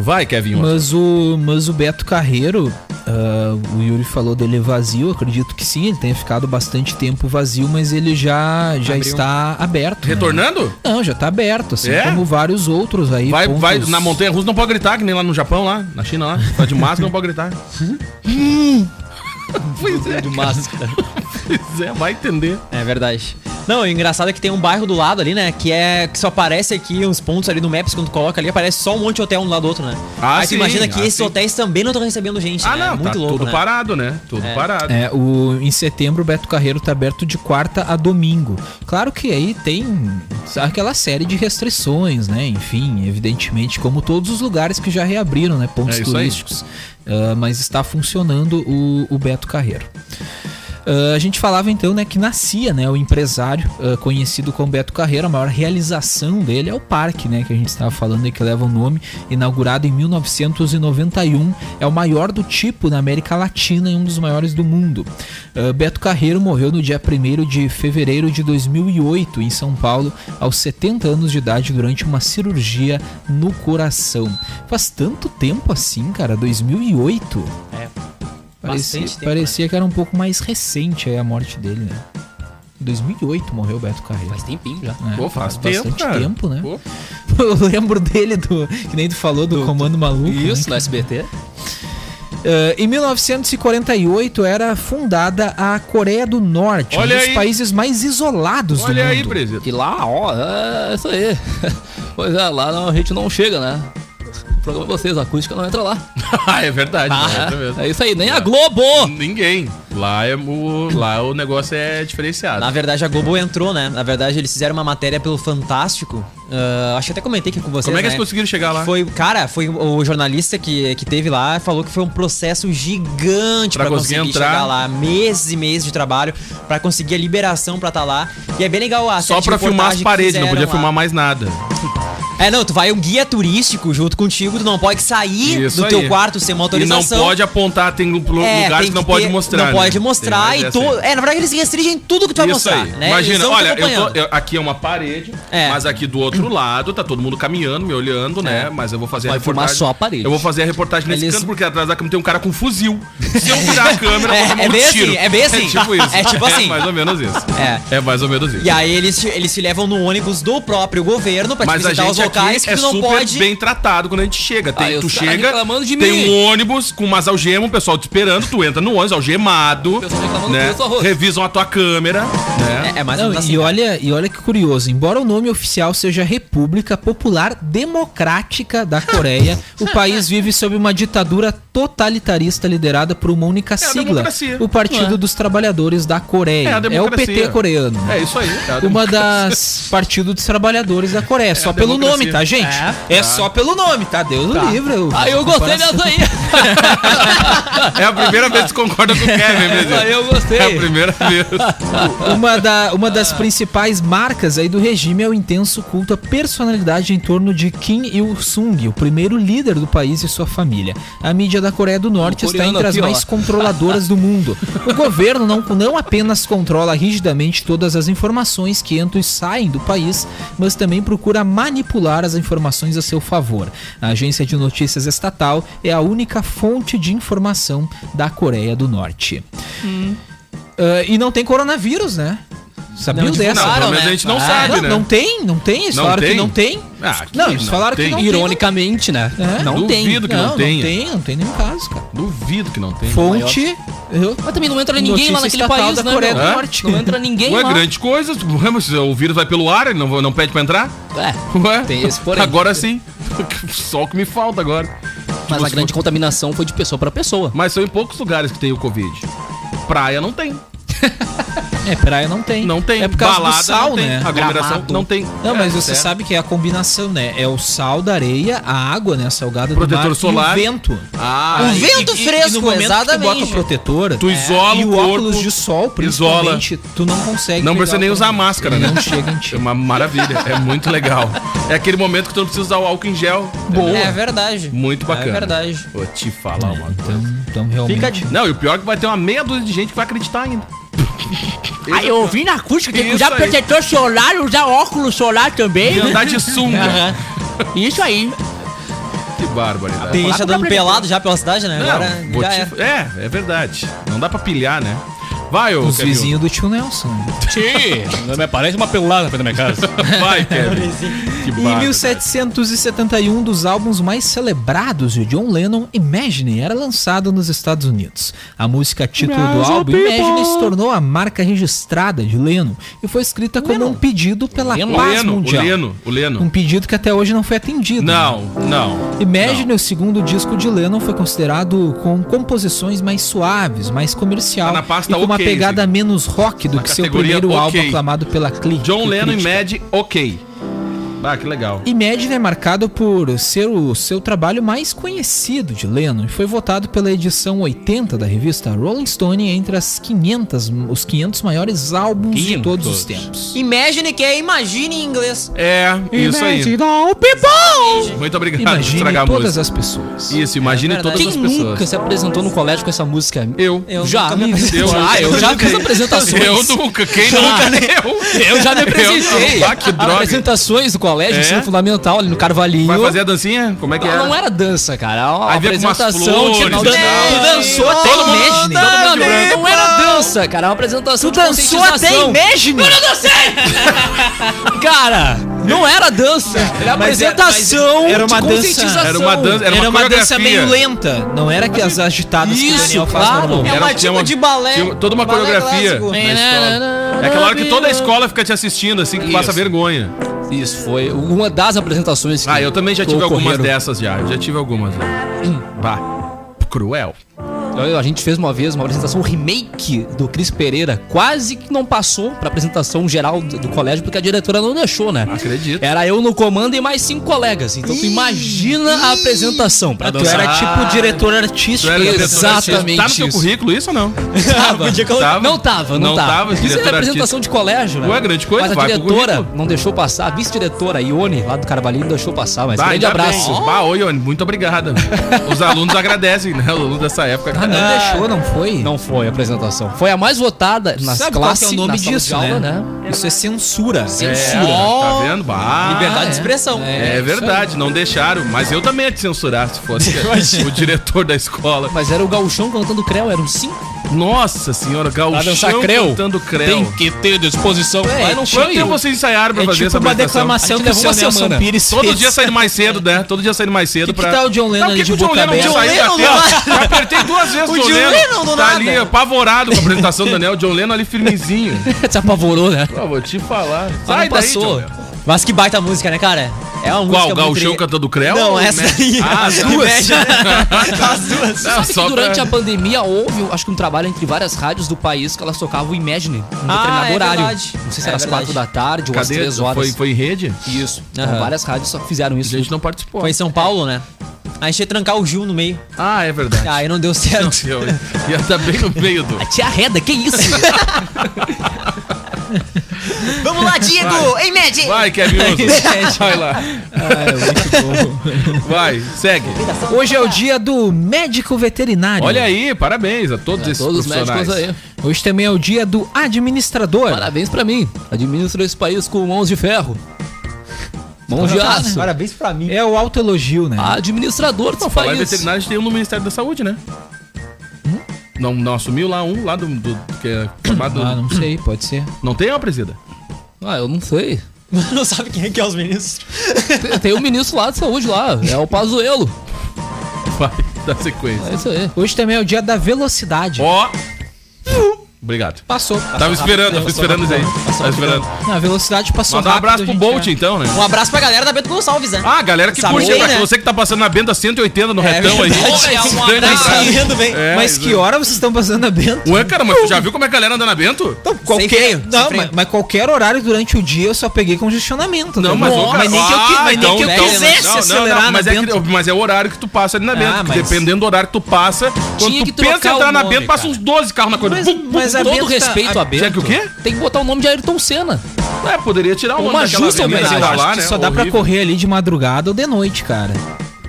Speaker 4: Vai, Kevin. Watson.
Speaker 9: Mas o, mas o Beto Carreiro, ah, o Yuri falou dele é vazio, acredito que sim, ele tenha ficado bastante tempo vazio, mas ele já, já está aberto. né?
Speaker 4: Retornando?
Speaker 9: Não, já tá aberto, assim
Speaker 4: É?
Speaker 9: como vários outros aí.
Speaker 4: Vai,
Speaker 9: pontos-
Speaker 4: vai na montanha russa, não pode gritar, que nem lá no Japão, lá, na China lá. Tá de máscara, não pode gritar. pois é,
Speaker 6: Do Máscara.
Speaker 4: pois é, vai entender.
Speaker 5: É verdade. Não, e o engraçado é que tem um bairro do lado ali, né? Que é. Que só aparece aqui uns pontos ali no Maps, quando tu coloca ali, aparece só um monte de hotel um do lado do outro, né?
Speaker 4: Ah,
Speaker 5: Aí tu
Speaker 4: sim,
Speaker 5: imagina que
Speaker 4: ah,
Speaker 5: esses
Speaker 4: sim.
Speaker 5: hotéis também não estão recebendo gente.
Speaker 4: Ah,
Speaker 5: né?
Speaker 4: não,
Speaker 5: Muito
Speaker 4: tá
Speaker 5: louco.
Speaker 4: tudo
Speaker 5: né?
Speaker 4: parado, né? Tudo parado.
Speaker 9: É, o, em setembro o Beto Carreiro tá aberto de quarta a domingo. Claro que aí tem aquela série de restrições, né? Enfim, evidentemente, como todos os lugares que já reabriram, né? Pontos
Speaker 4: É isso aí.
Speaker 9: turísticos. Ah, mas está funcionando o, o Beto Carreiro. Ah, a gente falava então, né, que nascia, né, o empresário ah, conhecido como Beto Carreiro, a maior realização dele é o parque, né, que a gente estava falando aí, que leva o nome, inaugurado em 1991, é o maior do tipo na América Latina e um dos maiores do mundo. Ah, Beto Carreiro morreu no dia 1 de fevereiro de 2008 em São Paulo, aos 70 anos de idade, durante uma cirurgia no coração. Faz tanto tempo assim, cara, 2008? Parecia,
Speaker 5: Bastante tempo,
Speaker 9: parecia
Speaker 4: né?
Speaker 9: que era um pouco mais recente aí a morte dele, né? Em 2008 morreu o Beto Carreiro.
Speaker 6: Faz tempinho já.
Speaker 9: né?
Speaker 4: Pô, faz tempo,
Speaker 9: bastante
Speaker 4: cara.
Speaker 9: tempo, né?
Speaker 4: Pô.
Speaker 9: Eu lembro dele do. Que nem tu falou do, Comando Maluco. né?
Speaker 6: Isso, no SBT.
Speaker 9: Eh, em 1948 era fundada a Coreia do Norte,
Speaker 4: Olha
Speaker 9: um dos
Speaker 4: aí.
Speaker 9: países mais isolados
Speaker 4: Olha
Speaker 9: do
Speaker 4: aí,
Speaker 9: mundo.
Speaker 4: presídio.
Speaker 6: E lá, ó, é isso aí. Pois é, lá não- a gente não chega, né? O programa é vocês, a acústica não entra lá.
Speaker 4: ah, é verdade. né? É
Speaker 6: Ah,
Speaker 4: mesmo.
Speaker 6: é isso aí, nem a Globo!
Speaker 4: Ninguém. Lá, é o, lá o negócio é diferenciado.
Speaker 5: Na verdade, a Globo entrou, né? Na verdade, eles fizeram uma matéria pelo Fantástico. Ah, acho que até comentei aqui com vocês.
Speaker 4: Como é que
Speaker 5: né?
Speaker 4: eles conseguiram chegar lá?
Speaker 5: Foi, cara, foi o jornalista que, que teve lá falou que foi um processo gigante
Speaker 4: Pra
Speaker 5: pra
Speaker 4: conseguir
Speaker 5: conseguir,
Speaker 4: entrar.
Speaker 5: chegar lá, meses e meses de trabalho pra conseguir a liberação pra estar lá. E é bem legal a
Speaker 4: Só
Speaker 5: série de
Speaker 4: pra filmar
Speaker 5: reportagem
Speaker 4: as
Speaker 5: que
Speaker 4: paredes, não
Speaker 5: fizeram
Speaker 4: podia
Speaker 5: lá.
Speaker 4: filmar mais nada.
Speaker 5: É, não, tu vai um guia turístico junto contigo, tu não pode sair
Speaker 4: Isso
Speaker 5: do teu
Speaker 4: aí.
Speaker 5: quarto sem uma
Speaker 4: E não
Speaker 5: autorização.
Speaker 4: pode apontar, tem lu-
Speaker 5: É,
Speaker 4: lugares
Speaker 5: tem
Speaker 4: que não
Speaker 5: que
Speaker 4: pode
Speaker 5: ter-
Speaker 4: mostrar.
Speaker 5: Não
Speaker 4: né?
Speaker 5: pode
Speaker 4: Tem
Speaker 5: mostrar
Speaker 4: mais
Speaker 5: e
Speaker 4: essa aí.
Speaker 5: todo. É, na verdade eles restringem tudo que tu vai
Speaker 4: Isso
Speaker 5: mostrar, né?
Speaker 4: aí.
Speaker 5: Eles
Speaker 4: Imagina,
Speaker 5: não tão
Speaker 4: olha, eu tô,
Speaker 5: acompanhando.
Speaker 4: eu- aqui é uma parede,
Speaker 5: É.
Speaker 4: mas aqui do outro lado tá todo mundo caminhando, me olhando, né? Mas eu vou fazer
Speaker 6: Vai filmar só a parede.
Speaker 4: Eu vou fazer a reportagem nesse
Speaker 6: Eles-
Speaker 4: canto, porque atrás da câmera tem um cara com fuzil. Se eu virar a câmera, eu
Speaker 5: É,
Speaker 4: vou tomar
Speaker 5: é
Speaker 4: um
Speaker 5: bem
Speaker 4: tiro.
Speaker 5: assim, é bem assim.
Speaker 4: É tipo isso.
Speaker 5: É tipo assim.
Speaker 4: mais ou menos isso. É. mais ou menos isso.
Speaker 5: E aí eles te, eles te levam no ônibus do próprio governo pra te
Speaker 4: Mas a
Speaker 5: visitar os
Speaker 4: gente
Speaker 5: locais
Speaker 4: aqui
Speaker 5: que
Speaker 4: é
Speaker 5: tu não
Speaker 4: super
Speaker 5: pode.
Speaker 4: bem tratado quando a gente chega. Tem-
Speaker 6: Ah, eu
Speaker 4: tu
Speaker 6: tá
Speaker 4: chega,
Speaker 6: reclamando de
Speaker 4: tem
Speaker 6: mim.
Speaker 4: um ônibus com umas algemas, o pessoal te esperando, tu entra no ônibus algemado,
Speaker 6: pessoal reclamando do
Speaker 4: né?
Speaker 6: preço do arroz.
Speaker 4: revisam a tua câmera, né?
Speaker 5: É, é mais ou
Speaker 9: Não,
Speaker 5: menos assim.
Speaker 9: e, olha, e olha que curioso, embora o nome oficial seja República Popular Democrática da Coreia, o país vive sob uma ditadura totalitarista liderada por uma única
Speaker 4: a
Speaker 9: sigla,
Speaker 4: democracia.
Speaker 9: o Partido dos Trabalhadores da Coreia. É, o PT coreano.
Speaker 4: É isso aí. é a
Speaker 9: Uma
Speaker 4: democracia.
Speaker 9: das Partido dos Trabalhadores da Coreia, só
Speaker 4: a
Speaker 9: pelo nome,
Speaker 4: democracia.
Speaker 9: tá, gente? É, só pelo nome, tá? Deus o livre.
Speaker 6: Ah, eu gostei dessa
Speaker 4: assim.
Speaker 6: aí.
Speaker 4: É a primeira vez que concorda com o Kevin, meu Deus.
Speaker 6: Aí eu gostei.
Speaker 4: É a primeira vez.
Speaker 9: Uma, da, uma das principais marcas aí do regime é o intenso culto à personalidade em torno de Kim Il-sung, o primeiro líder do país e sua família. A mídia da Coreia do Norte
Speaker 6: O
Speaker 9: está
Speaker 6: coreano
Speaker 9: entre as
Speaker 6: aqui, ó.
Speaker 9: mais controladoras do mundo. O governo não, não apenas controla rigidamente todas as informações que entram e saem do país, mas também procura manipular as informações a seu favor. A agência de notícias estatal é a única fonte de informação da Coreia do Norte. Ah, e não tem coronavírus, né? Sabia
Speaker 6: Não,
Speaker 9: dessa?
Speaker 4: Não, pelo
Speaker 6: Claro,
Speaker 4: menos a
Speaker 6: né?
Speaker 4: gente não
Speaker 6: Ah,
Speaker 4: sabe,
Speaker 9: não,
Speaker 4: né?
Speaker 9: não tem, não tem. Eles
Speaker 4: Não
Speaker 9: falaram
Speaker 4: tem?
Speaker 9: que não tem.
Speaker 4: Ah, que
Speaker 9: não, eles
Speaker 4: não
Speaker 9: falaram que
Speaker 4: tem.
Speaker 9: não
Speaker 6: Ironicamente, né?
Speaker 9: É.
Speaker 6: Não tem.
Speaker 4: Duvido
Speaker 9: tem.
Speaker 4: que não
Speaker 9: não,
Speaker 4: tenha.
Speaker 9: Não tem, não tem nenhum caso, cara.
Speaker 4: Duvido que não tem.
Speaker 9: Fonte. eu-
Speaker 6: Mas também não entra ninguém lá
Speaker 9: Notícia
Speaker 6: naquele
Speaker 9: estatal
Speaker 6: país,
Speaker 9: da
Speaker 6: né?
Speaker 9: Coreia
Speaker 6: meu?
Speaker 9: do
Speaker 6: Hã?
Speaker 9: Norte.
Speaker 6: Não entra ninguém
Speaker 4: Ué,
Speaker 6: lá.
Speaker 4: é grande coisa. Ué, mas o vírus vai pelo ar, ele não, não pede pra entrar?
Speaker 6: É,
Speaker 4: Ué?
Speaker 6: Tem esse porém.
Speaker 4: Agora sim. Só o que me falta agora.
Speaker 6: mas a grande contaminação foi de pessoa pra pessoa.
Speaker 4: Mas são em poucos lugares que tem o Covid. Praia não tem.
Speaker 9: É, praia não tem.
Speaker 4: né? Não tem.
Speaker 9: É por causa do sal,
Speaker 4: não tem.
Speaker 9: né?
Speaker 4: Aglomeração
Speaker 6: Gramado.
Speaker 4: não tem.
Speaker 9: Não, mas
Speaker 4: É,
Speaker 9: você
Speaker 4: é.
Speaker 9: sabe que é a combinação, né? É o sal da areia, a água, né? Salgada
Speaker 4: Protetor
Speaker 9: do mar
Speaker 4: solar.
Speaker 9: e o vento.
Speaker 4: Ah,
Speaker 5: O
Speaker 4: aí
Speaker 5: vento
Speaker 9: E- e-
Speaker 5: fresco,
Speaker 9: e no momento
Speaker 5: exatamente. É.
Speaker 9: Que tu bota o protetor
Speaker 4: Tu isola
Speaker 9: e
Speaker 4: o
Speaker 9: o
Speaker 4: corpo,
Speaker 9: óculos de sol,
Speaker 4: isola.
Speaker 9: principalmente, tu não consegue.
Speaker 4: Não
Speaker 9: pegar
Speaker 4: precisa
Speaker 9: o
Speaker 4: nem usar
Speaker 9: coronavírus.
Speaker 4: máscara,
Speaker 9: Ele
Speaker 4: né?
Speaker 9: Não chega em ti.
Speaker 4: É uma maravilha, é muito legal. É aquele momento que tu não precisa usar o álcool em gel.
Speaker 5: Boa. É verdade.
Speaker 4: Muito bacana.
Speaker 5: É verdade.
Speaker 4: Vou te falar uma coisa.
Speaker 9: Ah, Então, então realmente.
Speaker 5: Fica de.
Speaker 4: Não, e o pior é que vai ter uma meia dúzia de gente que vai acreditar ainda.
Speaker 11: Aí Ah, eu ouvi na acústica, tem que
Speaker 4: Isso
Speaker 11: usar
Speaker 4: aí.
Speaker 11: protetor solar, usar óculos solar
Speaker 4: E
Speaker 11: também.
Speaker 4: andar de sunga.
Speaker 11: Aham. Isso aí.
Speaker 4: Que barbaridade.
Speaker 5: Tem gente
Speaker 11: Lá
Speaker 5: andando
Speaker 11: pra-
Speaker 5: tá pelado já pela cidade, né?
Speaker 4: Não,
Speaker 5: Agora
Speaker 4: vou
Speaker 5: já
Speaker 4: te-
Speaker 5: é.
Speaker 4: é. é, verdade. Não dá pra pilhar, né? Vai, ô
Speaker 9: Os
Speaker 4: Kevin.
Speaker 9: vizinhos do tio Nelson.
Speaker 7: Sim, me aparece uma pelada perto da minha casa.
Speaker 4: Vai, Kevin. Que
Speaker 9: Em 1771, dos álbuns mais celebrados de John Lennon, Imagine era lançado nos Estados Unidos. A música título do álbum, Imagine, se tornou a marca registrada de Lennon e foi escrita como um pedido pela
Speaker 4: O
Speaker 9: paz
Speaker 4: Leno, o
Speaker 9: mundial.
Speaker 4: Leno, o
Speaker 9: Um
Speaker 4: Leno.
Speaker 9: pedido que até hoje não foi atendido.
Speaker 4: Não, não.
Speaker 9: Imagine, o segundo disco de Lennon, foi considerado com composições mais suaves, mais comercial
Speaker 4: Tá na pasta
Speaker 9: e com uma
Speaker 4: ok,
Speaker 9: pegada
Speaker 4: Zico.
Speaker 9: menos rock do
Speaker 4: Na
Speaker 9: que seu
Speaker 4: categoria
Speaker 9: primeiro
Speaker 4: ok.
Speaker 9: álbum aclamado pela Clique.
Speaker 4: John Leno e Mad, ok. Ah, que legal.
Speaker 9: Imagine é marcado por ser o seu trabalho mais conhecido de Lennon e foi votado pela edição 80 da revista Rolling Stone entre as 500, os 500 maiores álbuns de
Speaker 4: 500.
Speaker 9: todos os tempos.
Speaker 5: Imagine que é imagine em inglês.
Speaker 4: É, isso aí.
Speaker 9: all people!
Speaker 4: Muito obrigado por
Speaker 9: Imagine
Speaker 4: estragar a
Speaker 9: todas
Speaker 4: música.
Speaker 9: as pessoas.
Speaker 4: Isso, imagine
Speaker 5: É verdade.
Speaker 4: todas
Speaker 6: Quem
Speaker 4: as pessoas.
Speaker 6: nunca se apresentou no colégio com essa música?
Speaker 4: Eu.
Speaker 5: Eu
Speaker 6: já.
Speaker 5: nunca me apresentei.
Speaker 4: Eu-
Speaker 6: ah, eu já fiz
Speaker 4: Eu-
Speaker 6: apresentações.
Speaker 4: Eu nunca, quem nunca? Eu.
Speaker 6: Eu já me apresentei.
Speaker 4: Eu- Ah, que droga.
Speaker 6: Apresentações do colégio,
Speaker 4: É?
Speaker 6: ensino fundamental, ali no Carvalhinho.
Speaker 4: Vai fazer a dancinha? Como é que é?
Speaker 6: Não, não era dança, cara. Era uma
Speaker 4: Aí vem com umas
Speaker 6: apresentação.
Speaker 4: flores,
Speaker 6: tipo,
Speaker 4: tal.
Speaker 6: tu dançou até
Speaker 4: Todo mundo-
Speaker 6: Imagine. Não, não, não era dança, cara. Era uma apresentação. Tu
Speaker 9: dançou até
Speaker 6: Imagine? Eu não dancei! cara, não era dança. Era
Speaker 4: é,
Speaker 9: Mas era-
Speaker 6: é apresentação.
Speaker 9: mas era uma
Speaker 6: de
Speaker 9: dança-
Speaker 6: conscientização.
Speaker 4: Era uma dança, era uma,
Speaker 9: Era uma, dança
Speaker 4: coreografia.
Speaker 9: meio lenta, não é que as agitadas que o
Speaker 6: Isso,
Speaker 9: Daniel
Speaker 6: claro.
Speaker 9: faz
Speaker 5: É
Speaker 9: normalmente.
Speaker 4: Era-
Speaker 5: uma
Speaker 4: tinha
Speaker 5: tipo de balé.
Speaker 4: tinha toda uma
Speaker 5: balé
Speaker 4: coreografia.
Speaker 5: clássico.
Speaker 4: na escola. É aquela hora que toda a escola fica te assistindo, assim, que tu passa
Speaker 6: Isso.
Speaker 4: vergonha.
Speaker 6: Isso foi uma das apresentações que
Speaker 4: Ah, eu também já tive algumas
Speaker 6: ocorreram.
Speaker 4: dessas já. Eu Já tive algumas. já. Bah, cruel.
Speaker 6: Eu- A gente fez uma vez uma apresentação um remake do Cris Pereira. Quase que não passou pra apresentação geral do, do colégio, porque a diretora não deixou, né?
Speaker 4: Acredito.
Speaker 6: Era eu no comando e mais cinco colegas. Então tu imagina a apresentação. Pra
Speaker 4: tu era tipo
Speaker 6: diretor artístico. Exatamente.
Speaker 4: Tá no teu
Speaker 6: isso.
Speaker 4: currículo isso ou não?
Speaker 6: Tava.
Speaker 4: Tava.
Speaker 6: Não tava, não,
Speaker 4: Não tava,
Speaker 6: tava. Isso é
Speaker 4: diretora
Speaker 6: apresentação
Speaker 4: artística.
Speaker 6: de colégio, né?
Speaker 4: Ué, grande coisa,
Speaker 6: Mas a
Speaker 4: vai pro
Speaker 6: diretora
Speaker 4: currículo.
Speaker 6: não deixou passar. A vice-diretora, a Ione, lá do Carvalhinho, não deixou passar. Mas grande
Speaker 4: ainda
Speaker 6: abraço.
Speaker 4: bem. Bah, ô Ione, muito obrigado. Os alunos agradecem, né? Os alunos dessa época.
Speaker 6: Ah, não deixou,
Speaker 9: não foi?
Speaker 6: Não foi a apresentação. Foi a mais votada nas
Speaker 5: Sabe qual que
Speaker 6: classes.
Speaker 5: é o nome
Speaker 6: nas salas
Speaker 5: disso,
Speaker 6: de aula,
Speaker 5: né? Isso é censura.
Speaker 4: É, tá vendo? Bah.
Speaker 5: Ah, Liberdade de expressão.
Speaker 4: É verdade, não deixaram. Mas eu também ia te censurar se fosse o diretor da escola.
Speaker 6: Mas era o gauchão cantando creu, era um sim.
Speaker 4: Nossa senhora,
Speaker 7: Pra dançar
Speaker 4: gauchão
Speaker 7: creu.
Speaker 4: cantando creu. É,
Speaker 7: Tem que ter disposição.
Speaker 4: Mas não foi. Quanto tempo vocês ensaiaram pra
Speaker 9: É
Speaker 4: fazer
Speaker 9: tipo
Speaker 4: essa
Speaker 9: uma
Speaker 4: apresentação?
Speaker 9: declamação
Speaker 6: A gente
Speaker 9: que o
Speaker 6: levou uma
Speaker 9: seu Nelson
Speaker 6: semana.
Speaker 9: Pires
Speaker 4: Todo
Speaker 9: fez.
Speaker 4: dia saindo mais cedo, né? Todo dia saindo mais cedo
Speaker 9: Que que
Speaker 4: pra...
Speaker 9: tá o John
Speaker 4: Não,
Speaker 9: Lennon
Speaker 4: por que
Speaker 9: de
Speaker 4: que o John
Speaker 9: boca
Speaker 4: Lennon
Speaker 9: aberta?
Speaker 4: não saiu
Speaker 9: John
Speaker 4: da
Speaker 9: Lennon
Speaker 4: tela? Já apertei duas vezes o John,
Speaker 5: John Lennon
Speaker 4: Lennon.
Speaker 5: do
Speaker 4: Tá
Speaker 5: nada.
Speaker 4: ali apavorado com a apresentação do Daniel. John Lennon ali firmezinho.
Speaker 6: Se apavorou, né?
Speaker 4: Pô, vou te falar.
Speaker 6: Mas
Speaker 4: Sai
Speaker 6: não passou.
Speaker 4: daí, John Lennon.
Speaker 5: Mas que baita música, né, cara? É uma
Speaker 4: Qual?
Speaker 5: música
Speaker 4: Gauchão
Speaker 5: muito...
Speaker 4: cantando creu?
Speaker 5: Não,
Speaker 4: Ou
Speaker 5: essa
Speaker 4: Mac?
Speaker 5: aí.
Speaker 4: Ah,
Speaker 5: As
Speaker 4: tá.
Speaker 5: duas.
Speaker 4: As duas.
Speaker 6: Sabe que durante a pandemia houve, eu acho que um trabalho entre várias rádios do país que elas tocavam o
Speaker 4: Ah,
Speaker 6: Imagine, um determinado
Speaker 5: é
Speaker 6: horário.
Speaker 5: verdade.
Speaker 6: Não sei se
Speaker 5: É
Speaker 6: era às
Speaker 5: verdade.
Speaker 6: quatro da tarde ou às
Speaker 4: Cadê?
Speaker 6: três horas.
Speaker 4: Foi, foi em rede?
Speaker 6: Isso. Então,
Speaker 5: Aham.
Speaker 6: várias rádios só fizeram
Speaker 4: A
Speaker 6: isso.
Speaker 4: gente não participou.
Speaker 5: Foi em São Paulo, né? A gente ia trancar o Gil no meio.
Speaker 4: Ah, é verdade.
Speaker 5: Aí não deu
Speaker 4: Não
Speaker 5: certo.
Speaker 4: deu. Ia estar bem no meio do...
Speaker 6: A tia Reda, que isso?
Speaker 5: Vamos lá, Diego! Em média!
Speaker 4: Vai, Kevin Oso. Vai lá.
Speaker 9: Ah, é
Speaker 4: Vai, segue.
Speaker 9: Hoje é o dia do médico veterinário.
Speaker 4: Olha aí, parabéns a todos esses
Speaker 6: É, Todos os
Speaker 4: profissionais.
Speaker 6: médicos aí.
Speaker 9: Hoje também é o dia do administrador.
Speaker 6: Parabéns pra mim. Administro esse país com mãos de ferro.
Speaker 5: Então
Speaker 6: Mãos
Speaker 5: tá.
Speaker 6: de aço.
Speaker 5: Parabéns pra mim.
Speaker 9: Um É o autoelogio, né?
Speaker 4: Ah,
Speaker 6: Administrador desse
Speaker 4: Falar em
Speaker 6: país.
Speaker 4: veterinário, a gente tem um no Ministério da Saúde, né? Hum? Não, não assumiu lá um, lá do, do- que é formado...
Speaker 9: Ah,
Speaker 4: não.
Speaker 9: não sei, pode ser.
Speaker 4: tem uma presida?
Speaker 6: Ah, eu não sei.
Speaker 5: Não sabe quem é que é os ministros.
Speaker 6: Tem- Tem um ministro lá de saúde lá. É o Pazuello.
Speaker 4: Vai, dá sequência.
Speaker 6: É isso aí.
Speaker 9: Hoje também é o dia da velocidade.
Speaker 4: Ó! Obrigado.
Speaker 9: Passou.
Speaker 4: Tava esperando, tava esperando isso aí. Tava esperando.
Speaker 9: Não, a velocidade passou
Speaker 4: Mandar um
Speaker 9: rápido,
Speaker 4: abraço pro
Speaker 9: gente,
Speaker 4: Bolt,
Speaker 9: é.
Speaker 4: então, né?
Speaker 5: Um abraço pra galera da Beto Gonçalves, né?
Speaker 4: Ah, galera que
Speaker 5: Sabe
Speaker 4: curte,
Speaker 5: bem,
Speaker 4: pra
Speaker 5: né?
Speaker 4: você que tá passando na Benda 180 no retão aí.
Speaker 5: verdade, é um abraço.
Speaker 4: Tá
Speaker 5: Tá bem.
Speaker 4: É,
Speaker 9: Mas que hora vocês estão passando a Bento?
Speaker 4: Ué, então, cara, mas tu já viu como é que a galera anda na Bento?
Speaker 9: Qualquer,
Speaker 5: freio, sem
Speaker 9: não,
Speaker 5: freio.
Speaker 9: mas, mas qualquer horário durante o dia eu só peguei congestionamento.
Speaker 4: Não,
Speaker 9: tá
Speaker 4: mas,
Speaker 9: bom?
Speaker 4: ô, cara,
Speaker 9: mas nem que eu,
Speaker 4: ah,
Speaker 9: que- mas nem
Speaker 4: então-
Speaker 9: que eu
Speaker 4: então-
Speaker 9: quisesse
Speaker 4: não, não,
Speaker 9: acelerar
Speaker 4: não, mas,
Speaker 9: na
Speaker 4: é que-
Speaker 9: Bento. Ah,
Speaker 4: mas é o horário que tu passa ali na Bento. que
Speaker 9: mas-
Speaker 4: Dependendo do horário que tu passa, quando
Speaker 6: Tinha
Speaker 4: tu
Speaker 6: que
Speaker 4: pensa
Speaker 6: trocar
Speaker 4: em entrar
Speaker 6: o
Speaker 4: na
Speaker 6: nome,
Speaker 4: Bento, passa
Speaker 6: cara.
Speaker 4: uns 12 carros na corrida.
Speaker 9: Mas-
Speaker 4: Bum, bum,
Speaker 9: mas a
Speaker 4: bum.
Speaker 6: Todo
Speaker 9: Bento tá-
Speaker 6: respeito
Speaker 9: a-
Speaker 6: a Bento.
Speaker 4: Tinha que o quê?
Speaker 6: Tem que botar o nome de Ayrton Senna.
Speaker 4: É, poderia tirar o nome
Speaker 6: Uma
Speaker 4: daquela
Speaker 6: justa
Speaker 4: avenida
Speaker 6: homenagem,
Speaker 4: lá,
Speaker 9: Acho que
Speaker 4: né?
Speaker 9: só dá pra
Speaker 4: Horrível.
Speaker 9: correr ali de madrugada ou de noite, cara.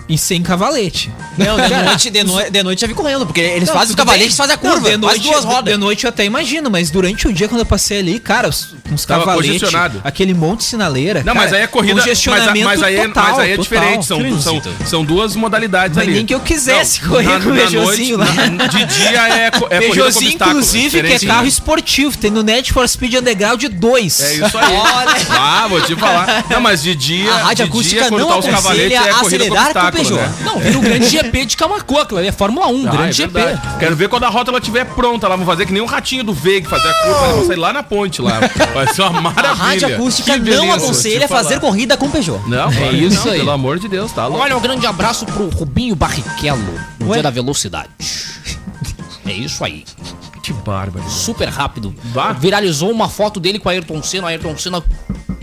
Speaker 9: E sem cavalete.
Speaker 5: Não, de noite, de, noi- de noite já vi correndo, porque eles
Speaker 9: Não,
Speaker 5: fazem os
Speaker 9: tudo
Speaker 5: cavaletes
Speaker 9: bem.
Speaker 5: e fazem a curva,
Speaker 9: Não, de
Speaker 5: faz
Speaker 9: noite,
Speaker 5: duas rodas.
Speaker 9: De noite eu até imagino, mas durante o dia, quando eu passei ali, cara, os- uns
Speaker 4: Tava
Speaker 9: cavaletes,
Speaker 4: congestionado.
Speaker 9: aquele monte de sinaleira.
Speaker 4: Não,
Speaker 9: cara,
Speaker 4: mas aí é corrida. Mas, a-
Speaker 9: Congestionamento
Speaker 4: mas aí, é-
Speaker 9: total,
Speaker 4: mas aí é
Speaker 9: total.
Speaker 4: diferente. São, são, são duas modalidades
Speaker 9: Mas
Speaker 4: ali.
Speaker 9: nem que eu quisesse correr com o Peugeotzinho
Speaker 4: noite,
Speaker 9: lá.
Speaker 4: na- De dia é, co- é corrida com
Speaker 9: Peugeotzinho,
Speaker 4: obstáculo,
Speaker 9: inclusive, que é
Speaker 4: diferente.
Speaker 9: carro esportivo. Tem no Net for Speed Underground 2.
Speaker 4: É isso aí. Ah, vou te falar. Não, mas de dia.
Speaker 5: A rádio
Speaker 4: de dia,
Speaker 5: acústica
Speaker 4: quando
Speaker 5: não
Speaker 4: tá os
Speaker 5: aconselha
Speaker 4: cavaletes, é
Speaker 5: a
Speaker 4: corrida com
Speaker 5: acelerar com o
Speaker 4: obstáculo,
Speaker 5: Peugeot.
Speaker 4: né?
Speaker 6: Não, vira o grande GP de Camacô, aquilo ali é Fórmula 1,
Speaker 4: Ah,
Speaker 6: grande
Speaker 4: é
Speaker 6: GP.
Speaker 4: verdade. Quero ver quando a rótula estiver pronta lá. Vão fazer que nem um ratinho do Veig fazer a curva. eles Vão sair lá na ponte lá. Vai ser uma maravilha.
Speaker 5: A rádio acústica
Speaker 4: Que
Speaker 5: não
Speaker 4: beleza,
Speaker 5: aconselha
Speaker 4: deixa eu
Speaker 5: fazer
Speaker 4: falar.
Speaker 5: corrida com o Peugeot.
Speaker 4: Não, é
Speaker 6: isso
Speaker 4: isso
Speaker 6: aí.
Speaker 4: Pelo amor de Deus, tá louco.
Speaker 6: Olha, um grande abraço pro Rubinho Barrichello, no
Speaker 5: Ué?
Speaker 6: dia da velocidade. É isso aí.
Speaker 4: Que bárbaro.
Speaker 6: Super rápido.
Speaker 4: Bah.
Speaker 6: Viralizou uma foto dele com a Ayrton Senna, a Ayrton Senna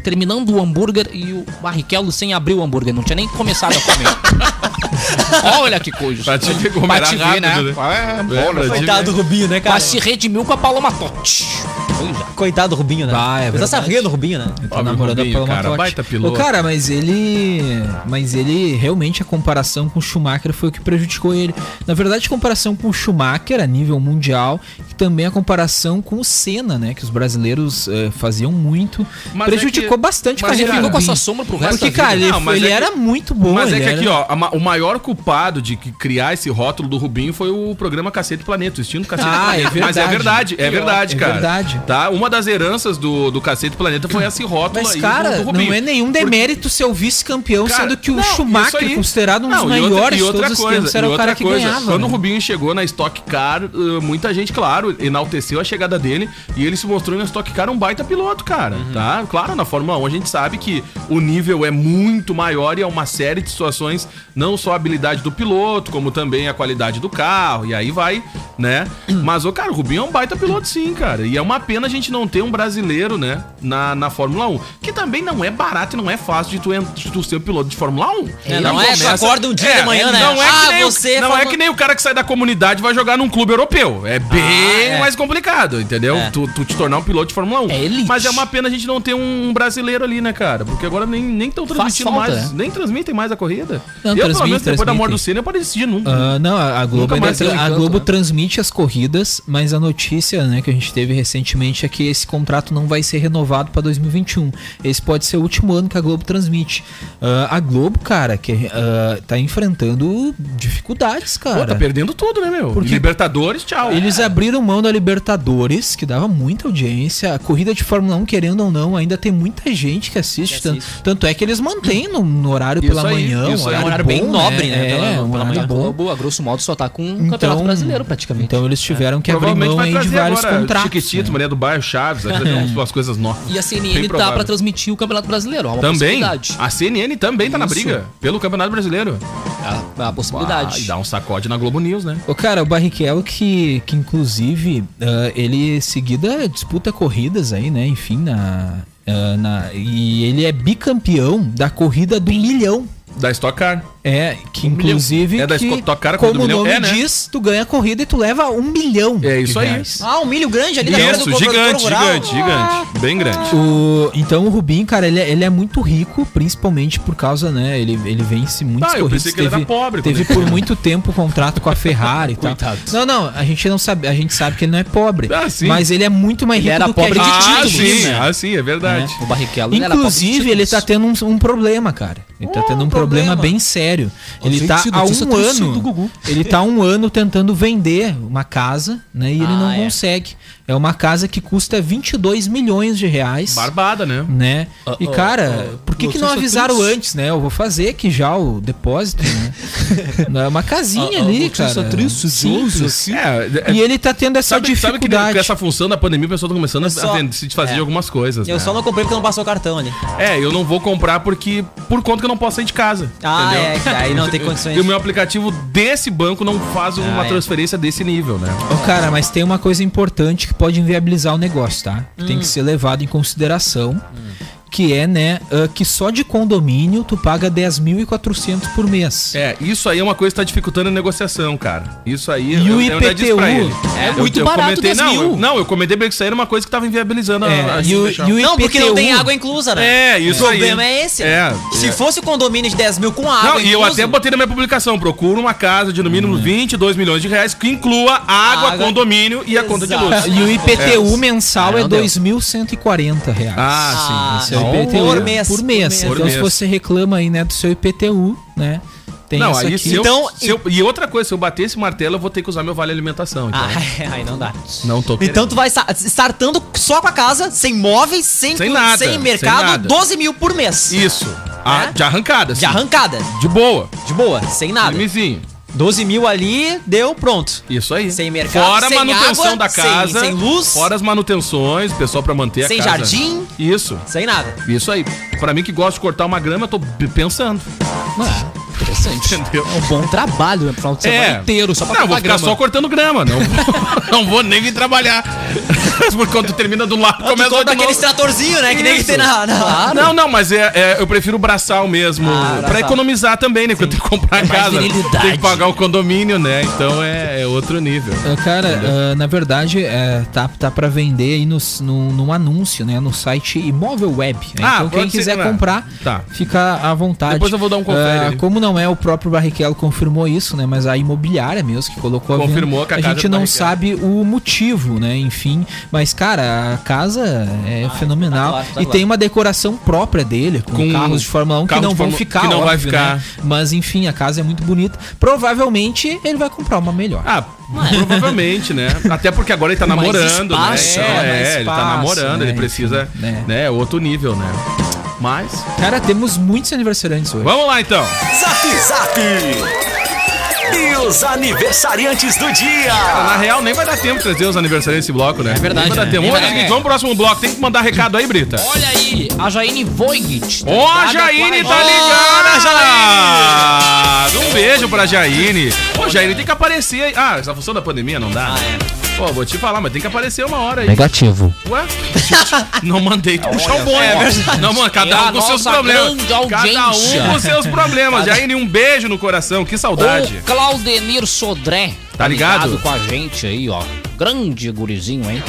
Speaker 6: terminando o hambúrguer e o Barrichello sem abrir o hambúrguer, não tinha nem começado a comer. Olha que coisa.
Speaker 4: Pra te ver como
Speaker 6: Pra
Speaker 4: era
Speaker 6: te ver,
Speaker 4: rápido,
Speaker 6: né?
Speaker 4: né? É, pra te ver.
Speaker 5: Coitado do Rubinho, né, cara?
Speaker 6: Mas se redimiu com a Paloma Totti. Coisa.
Speaker 5: Coitado do Rubinho, né?
Speaker 9: Ah, é
Speaker 5: Mas essa
Speaker 9: verdade.
Speaker 5: rinha do Rubinho, né?
Speaker 9: Tá
Speaker 4: Óbvio,
Speaker 9: namorando
Speaker 4: Rubinho,
Speaker 9: a Paloma
Speaker 4: cara,
Speaker 9: Totti.
Speaker 4: baita piloto.
Speaker 9: Ô, cara, mas ele. Mas ele realmente a comparação com o Schumacher foi o que prejudicou ele. Na verdade, a comparação com o Schumacher a nível mundial e também a comparação com o Senna, né? Que os brasileiros eh, faziam muito.
Speaker 4: Mas
Speaker 9: prejudicou
Speaker 4: é que-
Speaker 9: bastante
Speaker 4: mas
Speaker 9: a carreira
Speaker 4: ele
Speaker 6: Ficou
Speaker 9: do
Speaker 6: com essa
Speaker 9: Rubinho.
Speaker 6: sombra pro resto
Speaker 9: Porque,
Speaker 6: da vida.
Speaker 9: cara, ele,
Speaker 4: Não, mas
Speaker 9: ele
Speaker 4: é que-
Speaker 9: era muito bom.
Speaker 4: Mas é
Speaker 9: ele
Speaker 4: que
Speaker 9: era-
Speaker 4: aqui, ó, a ma- o maior culpado de que criar esse rótulo do Rubinho foi o programa Cacete Planeta, o estilo Cacete
Speaker 9: Ah, é
Speaker 4: Planeta. Mas é verdade,
Speaker 9: verdade.
Speaker 4: é verdade,
Speaker 9: É
Speaker 4: cara.
Speaker 9: verdade.
Speaker 4: tá? Uma das heranças do, do Cacete Planeta foi esse rótulo
Speaker 9: Mas,
Speaker 4: aí um
Speaker 9: cara,
Speaker 4: do, do
Speaker 9: não é nenhum demérito ser o vice-campeão,
Speaker 4: Cara,
Speaker 9: sendo que o
Speaker 4: não, isso
Speaker 9: Schumacher,
Speaker 4: aí-
Speaker 9: considerado um dos
Speaker 4: Não, e outra-
Speaker 9: maiores
Speaker 4: e
Speaker 9: de
Speaker 4: outra
Speaker 9: todos os
Speaker 4: coisa,
Speaker 9: tempos,
Speaker 4: e
Speaker 9: era o
Speaker 4: outra
Speaker 9: cara que
Speaker 4: coisa,
Speaker 9: ganhava.
Speaker 4: Quando
Speaker 9: né?
Speaker 4: o Rubinho chegou na Stock Car, uh, muita gente, claro, enalteceu a chegada dele e ele se mostrou na Stock Car um baita piloto, cara. Tá? Claro, na Fórmula 1 a gente sabe que o nível é muito maior e é uma série de situações, não só a habilidade do piloto, como também a qualidade do carro, e aí vai, né? Mas, ô, cara, o Rubinho é um baita piloto sim, cara. E é uma pena a gente não ter um brasileiro, né, na, na Fórmula 1. Que também não é barato e não é fácil de tu, en- de tu ser piloto de Fórmula 1.
Speaker 5: É, não é, né? Acorda um dia de manhã, né?
Speaker 4: Não é que
Speaker 5: Ah,
Speaker 4: nem o-
Speaker 5: você
Speaker 4: não é
Speaker 5: falou-
Speaker 4: que nem o cara que sai da comunidade vai jogar num clube europeu. É bem
Speaker 5: é.
Speaker 4: mais complicado, entendeu?
Speaker 5: É.
Speaker 4: Tu, tu te tornar um piloto de Fórmula 1.
Speaker 6: É elite.
Speaker 4: Mas é uma pena a gente não ter um brasileiro ali, né, cara? Porque agora nem nem estão transmitindo
Speaker 6: falta,
Speaker 4: mais, nem transmitem mais a corrida.
Speaker 9: Não,
Speaker 4: eu, pelo
Speaker 9: transmite,
Speaker 4: menos, depois da morte do
Speaker 9: transmite.
Speaker 4: Senna, eu parei de assistir nunca.
Speaker 9: Ah, não, a a Globo,
Speaker 4: Uhum. Nunca
Speaker 9: ainda
Speaker 4: mais
Speaker 9: tra-
Speaker 4: teve
Speaker 9: a
Speaker 4: tanto,
Speaker 9: Globo
Speaker 4: né?
Speaker 9: transmite as corridas, mas a notícia né, que a gente teve recentemente é que esse contrato não vai ser renovado para 2021. Esse pode ser o último ano que a Globo transmite. Ah, a Globo, cara, que ah, tá enfrentando dificuldades, cara.
Speaker 4: Pô, tá perdendo tudo, né, meu?
Speaker 9: Porque-
Speaker 4: Libertadores, tchau.
Speaker 9: Eles abriram mão da Libertadores, que dava muita audiência. A corrida de Fórmula 1, querendo ou não, ainda tem muita gente que assiste. tan- Tanto, é que eles mantêm no, no horário
Speaker 4: Isso
Speaker 9: pela
Speaker 4: aí,
Speaker 9: manhã.
Speaker 4: isso aí.
Speaker 9: horário
Speaker 4: É um
Speaker 5: horário bem
Speaker 9: bom,
Speaker 5: nobre, né, pela-
Speaker 9: É,
Speaker 5: pela
Speaker 9: um
Speaker 5: manhã.
Speaker 9: horário bom.
Speaker 6: Globo, a grosso modo, só tá com o
Speaker 9: Então-
Speaker 6: campeonato brasileiro, praticamente.
Speaker 9: Então eles tiveram que abrir
Speaker 4: Provavelmente
Speaker 9: mão
Speaker 4: vai
Speaker 9: aí de
Speaker 4: trazer
Speaker 9: vários
Speaker 4: agora
Speaker 9: contratos.
Speaker 4: Chiquitito,
Speaker 9: né?
Speaker 4: Maria do Bairro, Chaves, vai trazer umas- umas coisas novas.
Speaker 6: E a
Speaker 4: Bem
Speaker 6: CNN tá
Speaker 4: provável.
Speaker 6: pra transmitir o Campeonato Brasileiro. Há uma
Speaker 4: Também,
Speaker 6: possibilidade.
Speaker 4: a CNN também tá na
Speaker 6: Isso.
Speaker 4: briga pelo Campeonato Brasileiro.
Speaker 6: Há- Há a
Speaker 4: Ah, e
Speaker 6: É, possibilidade.
Speaker 4: dá um sacode na Globo News, né?
Speaker 9: Ô, cara, o Barrichello que, que inclusive, ah, ele em seguida disputa corridas aí, né? Enfim, na, ah, na- E ele é bicampeão da corrida do milhão.
Speaker 4: Da Stock Car.
Speaker 9: É, que
Speaker 4: milhão.
Speaker 9: inclusive.
Speaker 4: É da
Speaker 9: que,
Speaker 4: Scott Tocar, a corrida do
Speaker 9: como o
Speaker 4: milhão.
Speaker 9: nome
Speaker 4: É, né?
Speaker 9: diz, tu ganha a corrida e tu leva um milhão.
Speaker 4: É
Speaker 9: de
Speaker 4: isso aí. é
Speaker 9: reais.
Speaker 5: Ah, um milho grande
Speaker 9: tá
Speaker 5: ali na hora do
Speaker 4: Isso,
Speaker 5: produtor
Speaker 4: gigante,
Speaker 5: rural.
Speaker 4: gigante, gigante. Bem grande.
Speaker 9: O- então o Rubinho, cara, ele, é- ele é muito rico, principalmente por causa, né? Ele, ele vence muitos
Speaker 4: Ah, eu pensei que ele era pobre quando
Speaker 9: teve
Speaker 4: ele-
Speaker 9: por muito tempo contrato com a Ferrari e tal.
Speaker 6: Coitado.
Speaker 9: Não, não, a gente não sabe, a gente sabe que ele não é pobre.
Speaker 4: Ah, sim.
Speaker 9: Mas ele é muito mais
Speaker 6: Ele
Speaker 9: rico
Speaker 6: era
Speaker 9: do que
Speaker 6: pobre
Speaker 9: a
Speaker 6: de
Speaker 9: gente
Speaker 4: Ah,
Speaker 6: títulos,
Speaker 4: sim,
Speaker 6: né?
Speaker 4: ah, sim, é verdade.
Speaker 6: O Barrichello era pobre de
Speaker 9: Inclusive, ele
Speaker 6: títulos.
Speaker 9: tá tendo um, um problema, cara. Ele tá tendo um problema,
Speaker 5: problema.
Speaker 9: bem sério. Ele
Speaker 6: gente,
Speaker 9: tá
Speaker 6: isso
Speaker 9: há
Speaker 6: deve ser
Speaker 4: é
Speaker 9: um
Speaker 6: tudo isso
Speaker 9: ano.
Speaker 6: do Gugu.
Speaker 9: Ele tá há um ano tentando vender uma casa, né? E ele
Speaker 6: Ah,
Speaker 9: não
Speaker 6: é.
Speaker 9: consegue. É uma casa que custa 22 milhões de reais.
Speaker 4: Barbada, né?
Speaker 9: né? e cara,
Speaker 4: ah,
Speaker 9: por que, que não
Speaker 6: notícia
Speaker 9: avisaram
Speaker 6: triste.
Speaker 9: antes, né? Eu vou fazer aqui já o depósito, né? é uma casinha
Speaker 6: Ah, ah,
Speaker 9: ali,
Speaker 6: notícia
Speaker 9: cara.
Speaker 6: triste,
Speaker 9: simples.
Speaker 4: É, é-
Speaker 9: E ele tá tendo essa
Speaker 4: sabe, sabe que
Speaker 9: dificuldade.
Speaker 4: com essa função da pandemia, o pessoal tá começando a
Speaker 5: só-
Speaker 4: vender- se desfazer
Speaker 5: é.
Speaker 4: de algumas coisas.
Speaker 5: Eu
Speaker 4: né?
Speaker 5: só não comprei porque não passou o cartão ali.
Speaker 4: É, eu não vou comprar porque por conta que eu não posso sair de casa.
Speaker 5: Ah,
Speaker 4: entendeu?
Speaker 5: é, que aí não tem condições.
Speaker 4: E o meu aplicativo desse banco não faz uma
Speaker 5: é.
Speaker 4: transferência desse nível, né?
Speaker 9: Ô, cara, mas tem uma coisa importante que pode inviabilizar o negócio, tá? Que
Speaker 4: Hum.
Speaker 9: tem que ser levado em consideração. Que é, né, ah, que só de condomínio tu paga 10.400 por mês.
Speaker 4: É, isso aí é uma coisa que tá dificuldando a negociação, cara. Isso aí é
Speaker 9: E o
Speaker 4: eu já disse pra
Speaker 9: IPTU?
Speaker 4: ele.
Speaker 6: É
Speaker 4: Eu-
Speaker 6: muito
Speaker 4: eu
Speaker 6: barato,
Speaker 4: comentei,
Speaker 6: 10
Speaker 4: não,
Speaker 6: mil.
Speaker 4: eu- não, eu comentei bem que isso aí era uma coisa que tava inviabilizando
Speaker 9: É,
Speaker 4: a, a
Speaker 9: e o- e o
Speaker 5: Não, porque não tem
Speaker 9: IPTU?
Speaker 5: água inclusa, né?
Speaker 4: assim, É, isso
Speaker 5: o
Speaker 4: aí.
Speaker 5: problema é esse.
Speaker 4: É.
Speaker 5: Se
Speaker 4: é.
Speaker 5: fosse o condomínio de 10 mil com água
Speaker 4: Não, e eu
Speaker 5: incluso,
Speaker 4: até botei na minha publicação, procura uma casa de no mínimo 22 milhões de reais que inclua água,
Speaker 5: Água.
Speaker 4: condomínio e a conta de
Speaker 5: Exato.
Speaker 4: luz.
Speaker 9: E o IPTU mensal
Speaker 6: Ah,
Speaker 9: é
Speaker 6: não deu.
Speaker 9: 2.140 reais.
Speaker 4: Ah,
Speaker 9: Esse
Speaker 4: sim.
Speaker 9: é o
Speaker 4: Então,
Speaker 9: IPTU
Speaker 5: por mês,
Speaker 9: Por
Speaker 5: por
Speaker 9: mês.
Speaker 5: mês.
Speaker 9: Então,
Speaker 4: Por
Speaker 9: se
Speaker 4: mês.
Speaker 9: você reclama aí, né, do seu IPTU, né? Tem
Speaker 4: não,
Speaker 9: isso
Speaker 4: aí
Speaker 9: aqui.
Speaker 4: se eu,
Speaker 5: Então,
Speaker 4: se eu- e outra coisa, se eu bater esse martelo, eu vou ter que usar meu vale alimentação. Então.
Speaker 5: Ah, aí não dá.
Speaker 4: não tô querendo.
Speaker 5: Então tu vai sa- startando só com a casa, sem móveis, sem,
Speaker 4: Sem nada,
Speaker 5: sem
Speaker 4: sem
Speaker 5: mercado,
Speaker 4: nada.
Speaker 5: 12 mil por mês.
Speaker 4: Isso. Ah,
Speaker 5: É?
Speaker 4: De arrancada.
Speaker 5: De Ah,
Speaker 4: sim.
Speaker 5: arrancada,
Speaker 4: De boa.
Speaker 5: de boa, sem nada.
Speaker 4: Limizinho.
Speaker 5: 12 mil ali, deu, pronto.
Speaker 4: Isso aí.
Speaker 5: Sem mercado,
Speaker 4: Fora a
Speaker 5: sem
Speaker 4: manutenção
Speaker 5: água,
Speaker 4: da
Speaker 5: sem-
Speaker 4: casa.
Speaker 5: sem luz.
Speaker 4: Fora as manutenções, pessoal pra manter
Speaker 5: Sem
Speaker 4: a casa.
Speaker 5: jardim.
Speaker 4: Isso.
Speaker 5: Sem nada.
Speaker 4: Isso aí. Pra mim que gosta de cortar uma grama, eu tô b- pensando.
Speaker 6: Ah, interessante.
Speaker 4: Entendeu?
Speaker 6: É um bom trabalho, né? Pro final de semana inteiro, só pra
Speaker 4: É. Não, eu vou
Speaker 6: cortar
Speaker 4: ficar
Speaker 6: grama.
Speaker 4: só cortando grama. Não, não vou nem vir trabalhar. Porque quando termina do lado,
Speaker 5: Tu
Speaker 4: começa
Speaker 5: compra
Speaker 4: outro novo.
Speaker 5: aquele extratorzinho, né? Que nem que tem na. na-
Speaker 4: Não, não, mas é, é- eu prefiro braçal mesmo.
Speaker 5: Ah,
Speaker 4: pra
Speaker 5: braçal.
Speaker 4: economizar também, né? Porque eu tenho que comprar a casa. Tem que pagar o condomínio, né? Então é, é outro nível.
Speaker 9: Ah, Cara, ah, na verdade, é, tá, tá pra vender aí nos- no, num anúncio, né? No site Imóvel Web. né?
Speaker 4: Ah,
Speaker 9: então, quem
Speaker 4: pode ser,
Speaker 9: quiser
Speaker 4: né?
Speaker 9: comprar,
Speaker 4: Tá.
Speaker 9: fica à vontade.
Speaker 4: Depois eu vou dar um confere
Speaker 9: Ah,
Speaker 4: ali.
Speaker 9: como não é, o próprio Barrichello confirmou isso, né? Mas a imobiliária mesmo que colocou a
Speaker 4: Confirmou que a
Speaker 9: a,
Speaker 4: casa
Speaker 9: gente
Speaker 4: do
Speaker 9: não
Speaker 4: Barrichello.
Speaker 9: sabe o motivo, né? Enfim, assim. Mas, cara, a casa é fenomenal.
Speaker 6: tá claro, tá
Speaker 9: e
Speaker 6: claro.
Speaker 9: tem uma decoração própria dele, com,
Speaker 4: Com
Speaker 9: carros de Fórmula 1 que
Speaker 4: carros
Speaker 9: não
Speaker 4: de
Speaker 9: vão
Speaker 4: Fórmula-
Speaker 9: ficar,
Speaker 4: que não vai ficar.
Speaker 9: né? Mas, enfim, a casa é muito bonita. Provavelmente ele vai comprar uma melhor.
Speaker 4: Ah, provavelmente, né? Até porque agora ele tá
Speaker 9: Mais
Speaker 4: namorando,
Speaker 9: espaço,
Speaker 4: né?
Speaker 9: né?
Speaker 4: É,
Speaker 9: Mais
Speaker 4: é, ele tá
Speaker 9: espaço,
Speaker 4: namorando,
Speaker 9: né?
Speaker 4: ele precisa,
Speaker 9: Enfim,
Speaker 4: né? Outro nível, né? Mas,
Speaker 9: Cara, temos muitos aniversariantes hoje.
Speaker 4: vamos lá então.
Speaker 12: Zap Zap. E os aniversariantes do dia.
Speaker 4: Na real, nem vai dar tempo de trazer os aniversariantes desse bloco, né? É
Speaker 6: verdade,
Speaker 4: Vai dar
Speaker 6: né?
Speaker 4: tempo.
Speaker 6: Nem
Speaker 4: Vamos,
Speaker 6: vai dar.
Speaker 4: vamos pro próximo bloco. Tem que mandar recado aí, Brita.
Speaker 6: Olha aí, a Jaine Voigt. tá
Speaker 4: Ó, a
Speaker 6: ligada
Speaker 4: Jaine
Speaker 6: com a
Speaker 4: tá
Speaker 6: gente.
Speaker 4: ligada, Jaine! Um beijo pra Jaine. Ô, Jaine, tem que aparecer aí. Ah, essa função da pandemia não
Speaker 6: Ah,
Speaker 4: dá?
Speaker 6: é.
Speaker 4: Pô, vou te falar, mas tem que aparecer uma hora aí.
Speaker 6: Negativo.
Speaker 4: Ué? Não mandei tu puxar o bonde.
Speaker 6: É verdade.
Speaker 4: Não, mano,
Speaker 6: É
Speaker 4: cada
Speaker 6: a
Speaker 4: um com seus
Speaker 6: nossa
Speaker 4: problemas.
Speaker 6: grande
Speaker 4: Cada
Speaker 6: audiência.
Speaker 4: um com seus problemas.
Speaker 6: Cada-
Speaker 4: Jaine, um beijo no coração. Que saudade.
Speaker 6: O Claudenir Sodré.
Speaker 4: Tá ligado?
Speaker 6: com a gente aí, ó. Grande gurizinho, hein?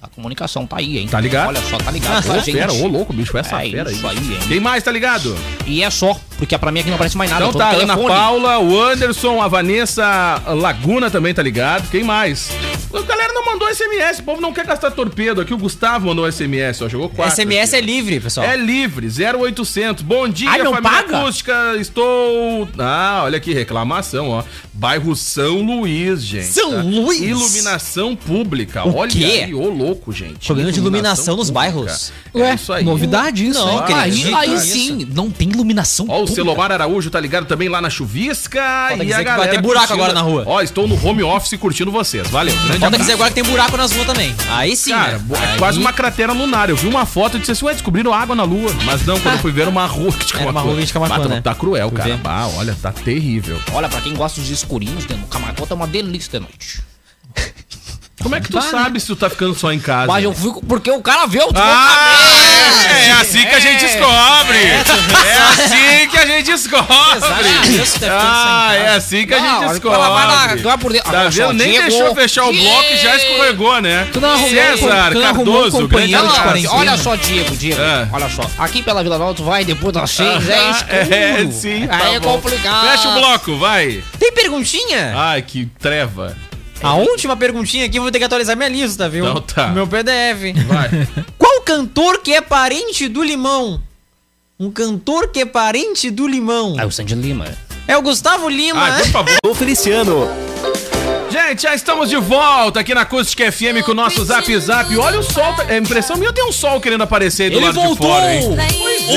Speaker 6: A comunicação tá aí, hein?
Speaker 4: Tá ligado?
Speaker 6: Olha só, tá ligado. com a
Speaker 4: Ô,
Speaker 6: gente.
Speaker 4: fera, ô louco, bicho, essa
Speaker 6: É
Speaker 4: fera aí.
Speaker 6: isso aí, hein?
Speaker 4: Quem mais tá ligado?
Speaker 6: E é só, porque pra mim aqui não aparece mais nada.
Speaker 4: Então
Speaker 6: eu tô
Speaker 4: tá,
Speaker 6: no
Speaker 4: Ana
Speaker 6: telefone.
Speaker 4: Paula, o Anderson, a Vanessa Laguna também tá ligado. Quem mais? A galera não mandou SMS, o povo não quer gastar torpedo aqui. O Gustavo mandou SMS, ó, jogou quatro.
Speaker 5: SMS
Speaker 4: aqui,
Speaker 5: é livre, pessoal.
Speaker 4: É livre, 0800. Bom dia,
Speaker 11: Ai, não
Speaker 4: família
Speaker 11: paga?
Speaker 4: acústica. Estou. Ah, olha aqui, reclamação, ó. Bairro São Luís, gente. tá?
Speaker 5: São Luís?
Speaker 4: Iluminação pública.
Speaker 5: O
Speaker 4: olha
Speaker 5: quê?
Speaker 4: aí, ô louco, gente.
Speaker 5: Problema de iluminação nos bairros.
Speaker 4: É isso aí.
Speaker 9: Novidade isso,
Speaker 5: Não,
Speaker 9: hein?
Speaker 5: querido.
Speaker 6: Aí, aí sim, não tem iluminação.
Speaker 4: Ó, o
Speaker 6: pública.
Speaker 4: Celomar Araújo tá ligado também lá na chuvisca.
Speaker 5: Falta
Speaker 4: e
Speaker 5: dizer
Speaker 4: a
Speaker 5: que vai
Speaker 4: galera
Speaker 5: ter buraco agora na rua.
Speaker 4: Ó, estou no home office curtindo vocês. Valeu. Grande
Speaker 5: Falta
Speaker 4: abraço.
Speaker 5: dizer agora que tem buraco nas ruas também. Aí sim,
Speaker 4: Cara,
Speaker 5: né?
Speaker 4: bo- é
Speaker 5: Aí-
Speaker 4: quase uma cratera lunar. Eu vi uma foto e disse assim, ué, descobriram água na lua. Mas não, quando eu fui ver era uma rua que tinha
Speaker 5: Era uma rua que tinha uma
Speaker 4: Mas
Speaker 5: rua,
Speaker 4: tá-
Speaker 5: né?
Speaker 4: Tá cruel, cara.
Speaker 5: ver.
Speaker 4: Ah, olha, tá terrível.
Speaker 6: Olha, pra quem gosta dos escurinhos, né, no Camacota é uma delícia de noite.
Speaker 4: Como é que tu
Speaker 5: né?
Speaker 4: sabe se tu tá ficando só em casa?
Speaker 6: Mas eu fico porque o cara vê o
Speaker 4: Ah, é, é assim que a gente descobre. É assim que a gente
Speaker 5: Exatamente,
Speaker 4: descobre.
Speaker 5: isso deve ter
Speaker 4: Ah,
Speaker 5: que ser em
Speaker 4: é assim que a
Speaker 6: Não,
Speaker 4: gente
Speaker 6: olha, ela vai lá,
Speaker 4: descobre.
Speaker 6: vai por dentro.
Speaker 4: Tá
Speaker 6: Ah, Olha só,
Speaker 4: vendo? Nem
Speaker 6: Diego.
Speaker 4: deixou fechar o bloco e já
Speaker 6: Diego.
Speaker 4: escorregou, né? César,
Speaker 9: tu não arrumou um
Speaker 4: Cardoso, grande
Speaker 9: companheiro de
Speaker 4: abraço.
Speaker 9: quarentena?
Speaker 6: olha só, Diego, Diego.
Speaker 4: Ah.
Speaker 6: Olha só. Aqui pela Vila Nova, tu vai depois das seis, é escuro.
Speaker 4: É, sim, tá
Speaker 6: Aí é
Speaker 4: bom.
Speaker 6: complicado.
Speaker 4: Fecha o bloco, vai.
Speaker 5: Tem perguntinha?
Speaker 4: Ai, que treva.
Speaker 5: A última perguntinha aqui, eu vou ter que atualizar minha lista, viu?
Speaker 4: Então tá.
Speaker 5: Meu PDF.
Speaker 4: Vai.
Speaker 5: Qual cantor que é parente do Limão? Um cantor que é parente do Limão.
Speaker 6: Aí Ah, o Sandy Lima.
Speaker 5: É o Gustavo Lima,
Speaker 4: Ai,
Speaker 5: né?
Speaker 4: Ah, por favor.
Speaker 3: O Feliciano.
Speaker 4: Gente, já estamos de volta aqui na Acústica FM com o nosso Zap Zap. Olha o sol, tá- é impressão minha, tem um sol querendo aparecer aí do lado de fora, hein?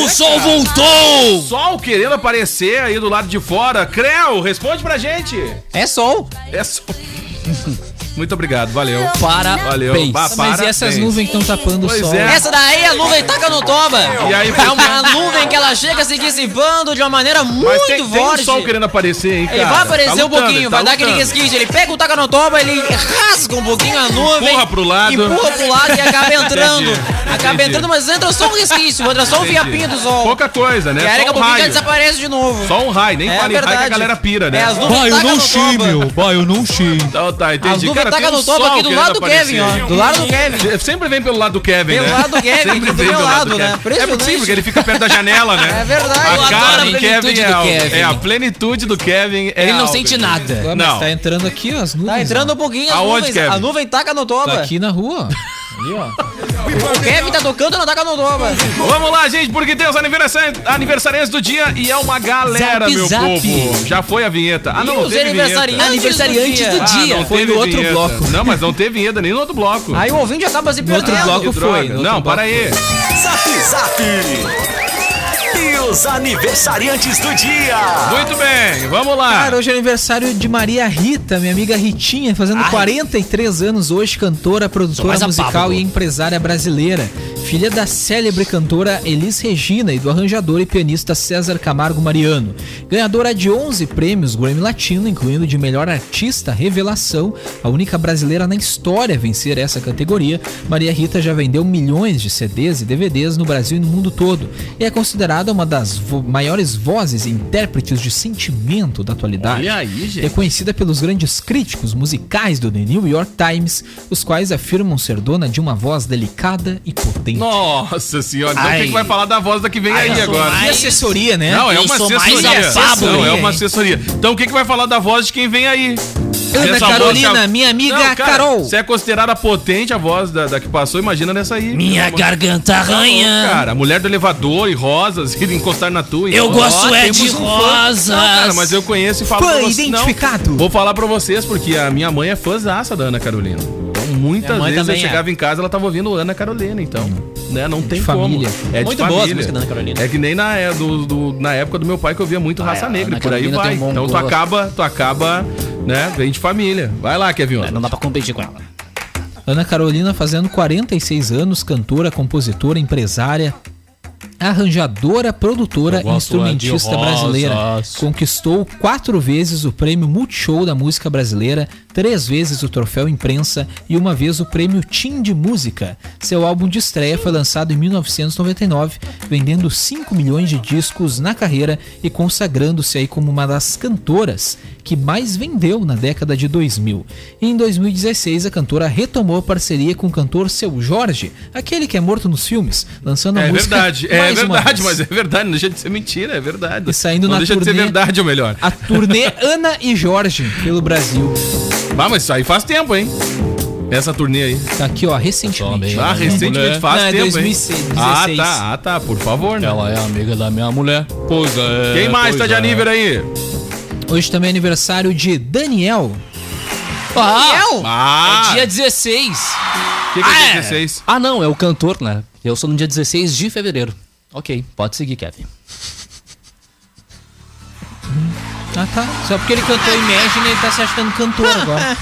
Speaker 6: O sol voltou!
Speaker 4: Sol querendo aparecer aí do lado de fora. Creu, responde pra gente.
Speaker 5: É sol.
Speaker 4: É sol. Muito obrigado, valeu.
Speaker 6: Para.
Speaker 4: Valeu. Bah,
Speaker 9: Mas e
Speaker 4: parabéns.
Speaker 9: essas nuvens
Speaker 6: então
Speaker 9: que
Speaker 6: tá
Speaker 9: estão tapando
Speaker 4: Pois
Speaker 9: o sol?
Speaker 4: é.
Speaker 5: Essa daí a nuvem taca no toba.
Speaker 4: E aí,
Speaker 5: é uma nuvem que ela chega se dissipando de uma maneira
Speaker 4: Mas
Speaker 5: muito
Speaker 4: tem, tem um
Speaker 5: forte.
Speaker 4: sol querendo aparecer, hein, cara.
Speaker 5: Ele vai aparecer
Speaker 4: Tá
Speaker 5: um
Speaker 4: lutando,
Speaker 5: pouquinho,
Speaker 4: ele
Speaker 5: vai
Speaker 4: tá
Speaker 5: dar aquele
Speaker 4: lutando.
Speaker 5: resquício. Ele pega o tacanotoba, ele rasga um pouquinho a nuvem.
Speaker 4: Empurra pro lado.
Speaker 5: Empurra pro lado e acaba entrando. acaba
Speaker 4: entendi.
Speaker 5: entrando, mas entra só um resquício, entra só um fiapinho do sol.
Speaker 4: Pouca coisa, né?
Speaker 5: E aí daqui a
Speaker 4: Só um
Speaker 5: pouquinho já
Speaker 4: raio.
Speaker 5: desaparece de novo.
Speaker 4: Só um raio, nem
Speaker 5: É
Speaker 4: fale raio que a
Speaker 5: verdade.
Speaker 4: galera pira, né?
Speaker 5: É, as nuvens
Speaker 7: Bah, eu
Speaker 5: taca
Speaker 7: não
Speaker 5: no
Speaker 7: chi,
Speaker 5: toba.
Speaker 7: meu. Bah, eu não chi.
Speaker 4: Então tá,
Speaker 5: As
Speaker 4: entendi.
Speaker 5: nuvens
Speaker 4: Cara,
Speaker 5: taca
Speaker 4: tem um
Speaker 5: no toba
Speaker 4: sol
Speaker 5: aqui do
Speaker 4: querendo
Speaker 5: lado do Kevin,
Speaker 4: aparecer.
Speaker 5: ó. Do lado do Kevin. Tá
Speaker 4: Ele Sempre vem pelo lado do Kevin,
Speaker 5: Pelo
Speaker 4: né?
Speaker 5: lado do Kevin,
Speaker 4: Sempre
Speaker 5: do
Speaker 4: vem
Speaker 5: meu
Speaker 4: pelo lado
Speaker 5: lado,
Speaker 4: do
Speaker 5: né?
Speaker 4: Kevin. É
Speaker 5: Impressionante.
Speaker 4: possível, porque ele fica perto da janela, né?
Speaker 5: É verdade. Eu
Speaker 4: A cara
Speaker 6: adoro
Speaker 4: do
Speaker 6: a
Speaker 4: Kevin
Speaker 6: plenitude
Speaker 4: é,
Speaker 6: do
Speaker 4: al-
Speaker 6: Kevin.
Speaker 4: é a plenitude do Kevin. é
Speaker 6: Ele não
Speaker 4: algo.
Speaker 6: sente nada.
Speaker 9: Ué, mas
Speaker 4: Não.
Speaker 9: Tá entrando aqui ó, as nuvens.
Speaker 5: Tá entrando
Speaker 9: ó.
Speaker 5: um pouquinho as
Speaker 4: Aonde,
Speaker 5: nuvens.
Speaker 4: Kevin?
Speaker 5: A nuvem taca no
Speaker 9: Tá
Speaker 5: toba.
Speaker 9: aqui na rua.
Speaker 5: O Kevin tá tocando e não taca no toba.
Speaker 4: Vamos lá, gente, porque tem os aniversari- aniversariantes do dia e é uma galera,
Speaker 6: Zap,
Speaker 4: meu
Speaker 6: zap.
Speaker 4: povo. Já foi a vinheta. Ah, não,
Speaker 5: E
Speaker 4: não
Speaker 5: os
Speaker 4: teve
Speaker 5: aniversariantes
Speaker 4: vinheta.
Speaker 6: Aniversariante do
Speaker 5: do dia.
Speaker 6: dia.
Speaker 4: Ah, não
Speaker 9: Foi
Speaker 4: teve
Speaker 9: no outro
Speaker 4: vinheta.
Speaker 9: bloco.
Speaker 4: Não, mas não teve vinheta nem no outro bloco.
Speaker 5: Aí o ouvinte acaba se
Speaker 9: outro
Speaker 5: perdendo.
Speaker 9: bloco
Speaker 4: Que
Speaker 9: foi,
Speaker 4: droga.
Speaker 9: no outro
Speaker 4: Não,
Speaker 9: bloco
Speaker 4: para aí.
Speaker 12: Zap Zap. E os aniversariantes do dia.
Speaker 4: Muito bem, vamos
Speaker 5: Ah.
Speaker 4: lá.
Speaker 9: Cara, hoje é aniversário de Maria Rita, minha amiga Ritinha, fazendo 43 anos hoje, cantora,
Speaker 6: mais
Speaker 9: produtora
Speaker 6: a
Speaker 9: musical
Speaker 6: Pablo.
Speaker 9: e empresária brasileira. Filha da célebre cantora Elis Regina e do arranjador e pianista César Camargo Mariano. Ganhadora de 11 prêmios Grammy Latino, incluindo de melhor artista revelação, a única brasileira na história a vencer essa categoria, Maria Rita já vendeu milhões de CDs e DVDs no Brasil e no mundo todo e é considerada uma das vo- maiores vozes e intérpretes de sentimento da atualidade.
Speaker 4: Olha aí, gente.
Speaker 9: É conhecida pelos grandes críticos musicais do The New York Times, os quais afirmam ser dona de uma voz delicada e potente.
Speaker 4: Nossa senhora, então
Speaker 6: Ai.
Speaker 4: quem que vai falar da voz da que vem aí
Speaker 6: eu sou
Speaker 4: agora?
Speaker 6: mais-
Speaker 9: E assessoria, né?
Speaker 4: Não, é uma
Speaker 6: Eu sou mais
Speaker 4: assessoria.
Speaker 6: a Pablo,
Speaker 4: Não, é
Speaker 6: hein?
Speaker 4: uma assessoria. Então quem que vai falar da voz de quem vem aí?
Speaker 9: Ana
Speaker 4: Essa voz
Speaker 9: Carolina,
Speaker 4: já-
Speaker 9: minha amiga
Speaker 4: Não, cara,
Speaker 9: Carol.
Speaker 4: Se é considerada potente a voz da, da que passou, imagina nessa aí.
Speaker 11: Minha
Speaker 4: Pô,
Speaker 11: garganta arranha.
Speaker 4: Tá Cara, a mulher do elevador e rosas, e encostar na tua. e-
Speaker 11: Eu
Speaker 4: Ó,
Speaker 11: gosto é
Speaker 4: temos
Speaker 11: de
Speaker 4: um fã.
Speaker 11: rosas.
Speaker 4: Não, cara, mas eu conheço e falo
Speaker 5: Fã
Speaker 4: pra vocês. não,
Speaker 5: identificado.
Speaker 4: vou falar pra vocês, porque a minha mãe é fãzaça da Ana Carolina. Então, muitas
Speaker 5: Minha mãe
Speaker 4: vezes eu
Speaker 5: também é.
Speaker 4: chegava em casa, ela tava ouvindo Ana Carolina, então. Né, não tem
Speaker 9: família.
Speaker 4: como. É de
Speaker 5: Muito
Speaker 4: família.
Speaker 5: boas as músicas da Ana Carolina.
Speaker 4: É que nem na, é do- do- na época do meu pai que eu via muito Raça
Speaker 6: a
Speaker 4: Negra,
Speaker 6: Ana
Speaker 4: e por aí
Speaker 6: Carolina
Speaker 4: vai.
Speaker 6: tem um bom
Speaker 4: então tu
Speaker 6: gosto.
Speaker 4: acaba, tu acaba, né, vem de família. Vai lá, Kevin. Oswald.
Speaker 6: É, Não dá pra competir com ela.
Speaker 9: Ana Carolina fazendo 46 anos, cantora, compositora, empresária, arranjadora, produtora
Speaker 7: Eu
Speaker 9: e
Speaker 7: gosto lá de
Speaker 9: instrumentista
Speaker 7: rosas.
Speaker 9: brasileira. Conquistou quatro vezes o prêmio Multishow da música brasileira, três vezes o troféu imprensa e uma vez o prêmio Tim de Música. Seu álbum de estreia foi lançado em 1999, vendendo 5 milhões de discos na carreira e consagrando-se aí como uma das cantoras que mais vendeu na década de 2000. E em 2016, a cantora retomou a parceria com o cantor Seu Jorge, aquele que é morto nos filmes, lançando a
Speaker 4: É
Speaker 9: música
Speaker 4: verdade, é
Speaker 9: mais uma
Speaker 4: verdade,
Speaker 9: vez.
Speaker 4: mas é verdade, não deixa de ser mentira, é verdade.
Speaker 9: E saindo
Speaker 4: não
Speaker 9: na
Speaker 4: deixa de ser
Speaker 9: turnê-
Speaker 4: verdade, ou melhor.
Speaker 9: A turnê Ana e Jorge pelo Brasil.
Speaker 4: Ah, mas isso aí faz tempo, hein? Essa turnê aí.
Speaker 9: Tá aqui, ó, recentemente.
Speaker 7: né?
Speaker 4: Ah, recentemente
Speaker 7: mulher.
Speaker 4: faz
Speaker 9: Não, é
Speaker 4: tempo,
Speaker 9: 2016,
Speaker 4: hein? Ah,
Speaker 9: 16.
Speaker 4: tá, ah, tá, por favor, né?
Speaker 7: Ela é amiga da minha mulher. Pois é.
Speaker 4: Quem mais
Speaker 7: pois
Speaker 4: tá de
Speaker 7: é.
Speaker 4: aniversário aí?
Speaker 9: Hoje também é aniversário de Daniel.
Speaker 6: Daniel?
Speaker 4: Ah,
Speaker 6: Ah, é Dia 16.
Speaker 4: que que é dia 16?
Speaker 6: Ah, não, é o cantor, né? Eu sou no dia 16 de fevereiro. Ok, pode seguir, Kevin.
Speaker 9: Ah, tá. Só porque ele cantou Imagine, ele tá se achando cantor agora.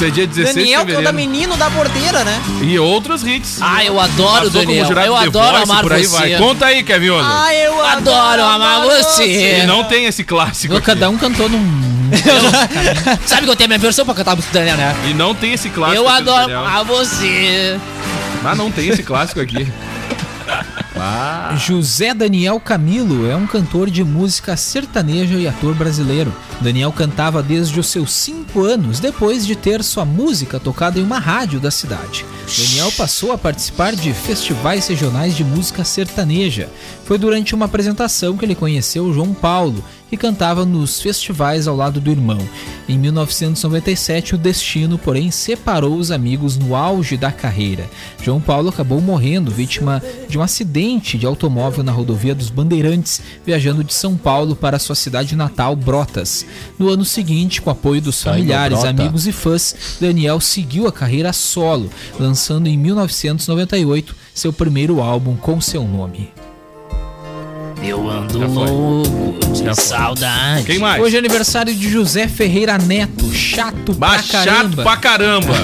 Speaker 4: É dia 16
Speaker 5: Daniel,
Speaker 4: de
Speaker 5: que é o da
Speaker 4: fevereiro.
Speaker 5: menino da bordeira, né?
Speaker 4: E outros hits. Tá
Speaker 6: Ah, eu adoro,
Speaker 4: Passou como
Speaker 6: Daniel.
Speaker 4: jurado
Speaker 6: Eu
Speaker 4: de
Speaker 6: adoro
Speaker 4: Voice,
Speaker 6: amar
Speaker 4: por aí
Speaker 6: você. Ah,
Speaker 4: vai. Conta aí, Kevin Oswald.
Speaker 5: eu
Speaker 6: Adoro amar
Speaker 4: E
Speaker 6: você.
Speaker 4: não tem esse clássico. aqui.
Speaker 9: Cada um cantou num.
Speaker 6: Sabe que eu tenho a minha versão pra cantar a música do Daniel, né?
Speaker 4: E não tem esse clássico.
Speaker 6: eu
Speaker 4: aqui do
Speaker 6: adoro
Speaker 4: Daniel.
Speaker 6: amar você.
Speaker 4: Ah, não tem esse clássico aqui.
Speaker 9: José Daniel Camilo é um cantor de música sertaneja e ator brasileiro. Daniel cantava desde os seus 5 anos, depois de ter sua música tocada em uma rádio da cidade. Daniel passou a participar de festivais regionais de música sertaneja. Foi durante uma apresentação que ele conheceu João Paulo, que cantava nos festivais ao lado do irmão. Em 1997, o destino, porém, separou os amigos no auge da carreira. João Paulo acabou morrendo vítima de um acidente de automóvel na rodovia dos Bandeirantes, viajando de São Paulo para sua cidade natal, Brotas. No ano seguinte, com o apoio dos
Speaker 7: Aí,
Speaker 9: familiares,
Speaker 7: Brota.
Speaker 9: amigos e fãs, Daniel seguiu a carreira solo, lançando em 1998 seu primeiro álbum com seu nome.
Speaker 11: Eu ando
Speaker 4: Já foi.
Speaker 11: louco de saudade.
Speaker 4: Quem mais?
Speaker 9: Hoje é aniversário de José Ferreira Neto, chato
Speaker 4: Bah,
Speaker 9: pra caramba.
Speaker 4: chato pra caramba.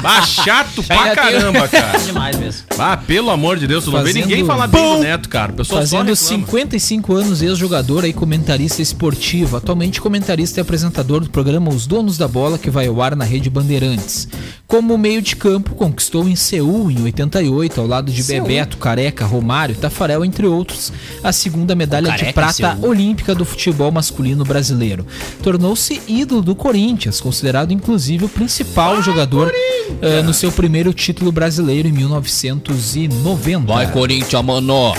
Speaker 4: Bah, chato pra
Speaker 9: já tenho-
Speaker 4: caramba, cara.
Speaker 5: Demais mesmo.
Speaker 4: Ah, pelo amor de Deus, tu não vê
Speaker 9: Fazendo-
Speaker 4: ninguém falar bem do Neto, cara. O pessoal só
Speaker 9: Fazendo
Speaker 4: reclama.
Speaker 6: assim.
Speaker 9: 55 anos, ex-jogador e comentarista esportivo, atualmente comentarista e apresentador do programa Os Donos da Bola, que vai ao ar na Rede Bandeirantes. Como meio de campo, conquistou em Seul, em 88, ao lado de Bebeto, Careca, Romário, Tafarel, entre outros, a segunda medalha
Speaker 6: Careca
Speaker 9: de
Speaker 6: em
Speaker 9: prata
Speaker 6: Seul.
Speaker 9: olímpica do futebol masculino brasileiro. Tornou-se ídolo do Corinthians, considerado inclusive o
Speaker 6: Ah,
Speaker 9: principal jogador eh, no seu primeiro título brasileiro em 1990.
Speaker 6: Vai, Corinthians, mano.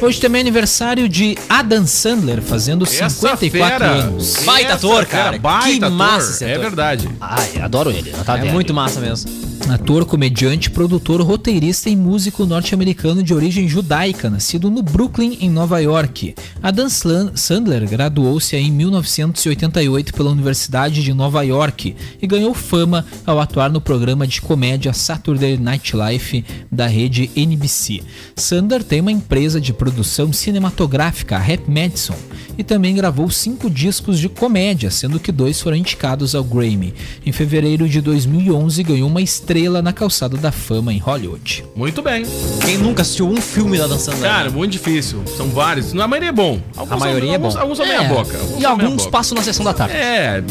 Speaker 9: Hoje também é aniversário de Adam Sandler, fazendo
Speaker 4: Essa
Speaker 9: 54
Speaker 4: fera.
Speaker 9: anos.
Speaker 5: Baita
Speaker 4: Essa
Speaker 5: ator,
Speaker 4: fera,
Speaker 5: cara.
Speaker 4: Baita
Speaker 5: Que
Speaker 4: ator.
Speaker 5: massa esse
Speaker 4: É
Speaker 5: ator. Ah.
Speaker 4: verdade.
Speaker 6: Ai, adoro ele. Tá
Speaker 5: É
Speaker 6: velho.
Speaker 5: muito massa mesmo.
Speaker 9: Ator, comediante, produtor, roteirista e músico norte-americano de origem judaica, nascido no Brooklyn, em Nova York. Adam Slan- Sandler graduou-se em 1988 pela Universidade de Nova York e ganhou fama ao atuar no programa de comédia Saturday Night Live da rede NBC. Sandler tem uma empresa de produção cinematográfica, a Rap Madison, e também gravou cinco discos de comédia, sendo que dois foram indicados ao Grammy. Em fevereiro de 2011, ganhou uma estrela na calçada da fama em Hollywood.
Speaker 4: Muito bem.
Speaker 5: Quem nunca assistiu um filme da dançando?
Speaker 4: Cara, muito difícil. São vários. Na maioria é bom. Alguns
Speaker 5: A maioria
Speaker 4: são,
Speaker 5: é bom.
Speaker 4: Alguns, alguns são meia boca.
Speaker 6: E
Speaker 4: são meia
Speaker 6: alguns
Speaker 4: boca.
Speaker 6: passam na sessão da tarde.
Speaker 4: É.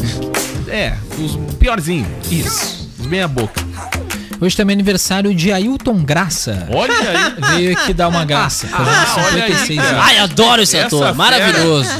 Speaker 4: É, os piorzinhos. Isso. Os meia boca.
Speaker 9: Hoje também é aniversário de Ailton Graça.
Speaker 4: Olha aí.
Speaker 9: Veio aqui dar uma graça, fazendo
Speaker 4: Ah, olha aí,
Speaker 9: 56
Speaker 4: cara.
Speaker 9: anos.
Speaker 6: Ai, adoro esse
Speaker 4: Essa
Speaker 6: ator.
Speaker 4: fera.
Speaker 6: Maravilhoso.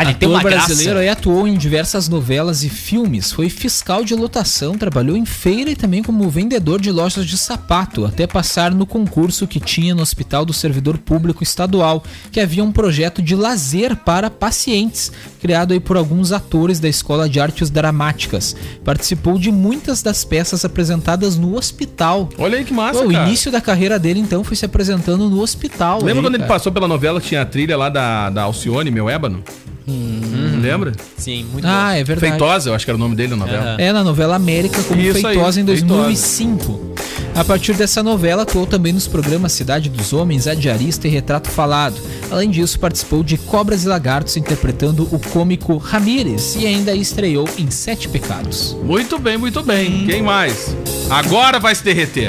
Speaker 9: Ele tem uma brasileiro aí atuou em diversas novelas e filmes, foi fiscal de lotação, trabalhou em feira e também como vendedor de lojas de sapato, até passar no concurso que tinha no Hospital do Servidor Público Estadual, que havia um projeto de lazer para pacientes, criado aí por alguns atores da Escola de Artes Dramáticas. Participou de muitas das peças apresentadas no hospital.
Speaker 4: Olha aí que massa,
Speaker 9: Pô, O
Speaker 4: cara.
Speaker 9: início da carreira dele então foi se apresentando no hospital.
Speaker 4: Lembra
Speaker 9: aí,
Speaker 4: quando ele
Speaker 9: cara.
Speaker 4: passou pela novela que tinha a trilha lá da, da Alcione, meu ébano? Lembra?
Speaker 5: Sim, muito bom.
Speaker 9: Ah, é verdade.
Speaker 4: Feitosa, eu acho que era o nome dele na novela.
Speaker 9: É, na novela América como
Speaker 4: Isso aí,
Speaker 9: Feitosa em
Speaker 4: Feitosa.
Speaker 9: 2005. A partir dessa novela, atuou também nos programas Cidade dos Homens, A Diarista e Retrato Falado. Além disso, participou de Cobras e Lagartos, interpretando o cômico Ramírez, e ainda estreou em Sete Pecados.
Speaker 4: Muito bem, muito bem. Quem mais? Agora vai se derreter.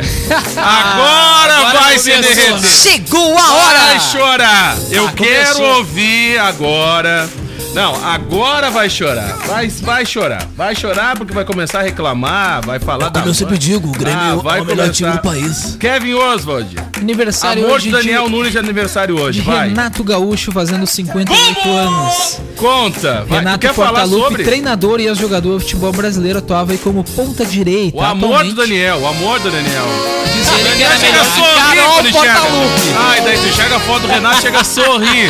Speaker 4: Agora, Ah, vai
Speaker 6: né?
Speaker 4: se derreter.
Speaker 5: Chegou a
Speaker 4: Vai
Speaker 5: hora!
Speaker 4: chorar. Eu quero
Speaker 5: começou.
Speaker 4: ouvir agora. Não, agora vai chorar. Vai, vai chorar. Vai chorar porque vai começar a reclamar, vai falar da.
Speaker 11: É Como eu sempre digo, o
Speaker 4: Ah,
Speaker 11: Grêmio
Speaker 4: vai
Speaker 11: é o melhor time do
Speaker 4: começar.
Speaker 11: país.
Speaker 4: Kevin Oswald.
Speaker 9: Aniversário
Speaker 4: Amor de
Speaker 9: hoje de,
Speaker 4: Daniel Nunes de aniversário hoje. Vai.
Speaker 9: Renato Gaúcho, fazendo 58 anos.
Speaker 4: Conta. Vai. Tu
Speaker 9: Renato
Speaker 4: quer falar
Speaker 9: Portaluppi,
Speaker 4: sobre?
Speaker 9: treinador e ex-jogador de futebol brasileiro, atuava aí como ponta direita.
Speaker 4: O amor do
Speaker 9: Atualmente-
Speaker 4: Daniel, o amor do Daniel.
Speaker 9: Diz ele que era
Speaker 4: chega
Speaker 9: melhor
Speaker 4: a
Speaker 9: que
Speaker 4: sorrir
Speaker 9: Carol
Speaker 4: quando enxerga.
Speaker 9: Portaluppi.
Speaker 4: Ai, daí tu enxerga a foto do Renato, chega a sorrir.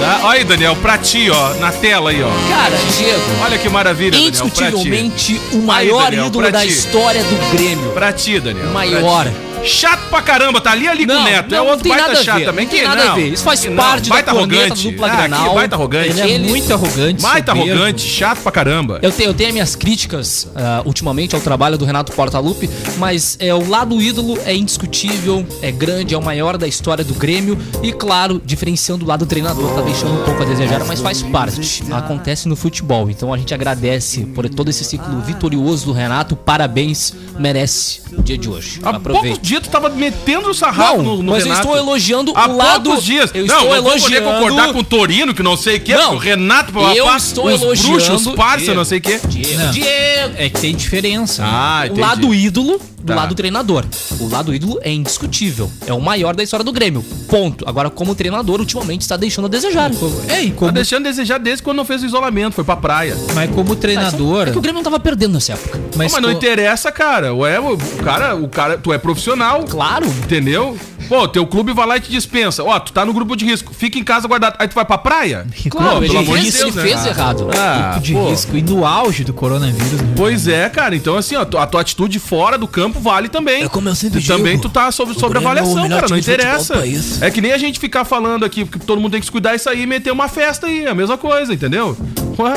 Speaker 4: Tá? Olha aí, Daniel, pra ti, ó, na tela aí, ó.
Speaker 6: Cara, Diego,
Speaker 4: Olha que maravilha, Daniel, pra ti.
Speaker 6: indiscutivelmente o maior
Speaker 4: Daniel,
Speaker 6: ídolo
Speaker 4: pra
Speaker 6: da
Speaker 4: ti.
Speaker 6: história do Grêmio.
Speaker 4: Pra ti, Daniel.
Speaker 6: O
Speaker 4: pra
Speaker 6: maior.
Speaker 4: ti. Chato pra caramba, tá ali ali com o Neto. é
Speaker 6: não
Speaker 4: outro
Speaker 6: tem
Speaker 4: baita
Speaker 6: nada a
Speaker 4: chato
Speaker 6: ver,
Speaker 4: também.
Speaker 6: Não tem
Speaker 4: que
Speaker 6: nada a
Speaker 4: não.
Speaker 6: ver. Isso faz
Speaker 4: Que não,
Speaker 6: parte
Speaker 4: baita
Speaker 6: da corneta da
Speaker 4: arrogante.
Speaker 6: dupla
Speaker 4: Aqui,
Speaker 6: Granal.
Speaker 4: baita arrogante.
Speaker 9: Ele é muito arrogante,
Speaker 4: Baita
Speaker 9: soberbo.
Speaker 4: arrogante, chato pra caramba.
Speaker 6: Eu tenho, eu tenho as minhas críticas ah, ultimamente ao trabalho do Renato Portaluppi, mas é, o lado ídolo é indiscutível, é grande, é o maior da história do Grêmio e, claro, diferenciando o lado do treinador, tá deixando um pouco a desejar, mas faz parte. Acontece no futebol, então a gente agradece por todo esse ciclo vitorioso do Renato, parabéns, merece o dia de hoje.
Speaker 4: Há poucos
Speaker 6: Aproveita.
Speaker 4: dias tu tava metendo o sarrafo
Speaker 6: Não,
Speaker 4: no, no
Speaker 6: mas
Speaker 4: Renato.
Speaker 6: eu estou elogiando
Speaker 4: Há
Speaker 6: o lado.
Speaker 4: poucos dias.
Speaker 6: Eu
Speaker 4: não,
Speaker 6: estou
Speaker 4: eu vou poder
Speaker 6: elogiando.
Speaker 4: concordar com o Torino, que não sei o que, é
Speaker 6: Não,
Speaker 4: o Renato,
Speaker 6: eu
Speaker 4: papá,
Speaker 6: estou
Speaker 4: os bruxos,
Speaker 6: elogiando
Speaker 4: os parça,
Speaker 6: ele.
Speaker 4: não sei o que.
Speaker 6: Diego.
Speaker 9: Não.
Speaker 6: Diego.
Speaker 9: É que tem diferença. né?
Speaker 4: Ah,
Speaker 6: O lado ídolo do
Speaker 4: Tá.
Speaker 6: lado treinador. O lado ídolo é indiscutível. É o maior da história do Grêmio. Ponto. Agora, como treinador, ultimamente está deixando a desejar.
Speaker 9: É, e
Speaker 4: Tá
Speaker 9: como,
Speaker 4: deixando a desejar desde quando não fez o isolamento, foi pra praia.
Speaker 9: mas
Speaker 4: um
Speaker 9: como treinador.
Speaker 6: É que o Grêmio não tava perdendo nessa época.
Speaker 4: Mas, mas não
Speaker 9: co-
Speaker 4: interessa, cara. Ué, o o cara, o cara, tu é profissional,
Speaker 6: Claro.
Speaker 4: entendeu? Pô, teu clube vai lá e te dispensa. Ó, tu tá no grupo de risco, fica em casa guardado. Aí tu vai pra praia?
Speaker 6: Claro, ele,
Speaker 4: pelo amor de
Speaker 6: fez,
Speaker 4: Deus,
Speaker 6: ele
Speaker 4: né,
Speaker 6: fez
Speaker 4: cara?
Speaker 6: errado.
Speaker 4: Ah,
Speaker 9: é um de
Speaker 4: pô.
Speaker 9: risco e no auge do coronavírus. né?
Speaker 4: Pois é, cara. Então, assim, ó, tu- a tua atitude fora do campo vale também.
Speaker 11: É como eu sempre
Speaker 4: E Também
Speaker 11: digo,
Speaker 4: tu tá sobre,
Speaker 11: o
Speaker 4: sobre
Speaker 11: Grêmio é o
Speaker 4: avaliação,
Speaker 11: melhor
Speaker 4: cara.
Speaker 11: time
Speaker 4: Não
Speaker 11: de futebol do
Speaker 4: interessa.
Speaker 11: país.
Speaker 4: É que nem a gente ficar falando aqui, porque todo mundo tem que se cuidar e sair e meter uma festa aí. É a mesma coisa, entendeu? Ué,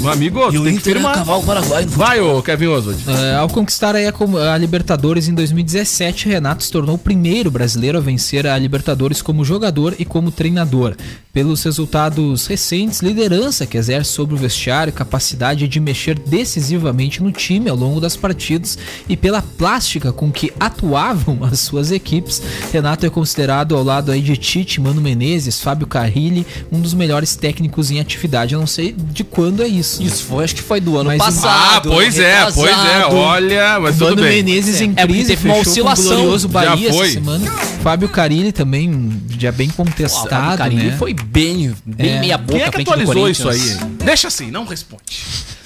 Speaker 4: meu amigo,
Speaker 11: E
Speaker 4: tu
Speaker 11: o
Speaker 4: tem que
Speaker 11: Inter é
Speaker 4: firmar.
Speaker 11: cavalo paraguai no futebol.
Speaker 4: Vai, ô Kevin Oswald.
Speaker 9: É, ao conquistar aí a, com- a Libertadores em 2017, Renato se tornou o primeiro brasileiro a vencer a Libertadores como jogador e como treinador. Pelos resultados recentes, liderança que exerce sobre o vestiário, capacidade de mexer decisivamente no time ao longo das partidas e pela plástica com que atuavam as suas equipes, Renato é considerado ao lado aí de Tite, Mano Menezes, Fábio Carrilli, um dos melhores técnicos em atividade. Eu não sei de quando é isso. né?
Speaker 6: Isso foi, acho que foi do ano
Speaker 9: Mas-
Speaker 4: Ah,
Speaker 6: passado.
Speaker 4: pois é,
Speaker 6: retrasado.
Speaker 4: pois é. Olha, mas tudo
Speaker 9: Mano
Speaker 4: bem.
Speaker 9: Menezes em
Speaker 6: É, porque
Speaker 9: crise,
Speaker 6: teve uma
Speaker 9: fechou com o
Speaker 6: oscilação.
Speaker 9: glorioso Bahia
Speaker 4: Já foi.
Speaker 9: essa semana. Fábio Carilli também, um já bem
Speaker 6: Ó, o
Speaker 9: contestado,
Speaker 6: Fábio Carilli
Speaker 9: né?
Speaker 6: foi bem, bem
Speaker 9: É.
Speaker 6: meia boca
Speaker 4: Quem é
Speaker 6: à
Speaker 4: que
Speaker 6: frente do
Speaker 4: atualizou isso aí?
Speaker 6: Corinthians.
Speaker 4: Deixa assim, não responde.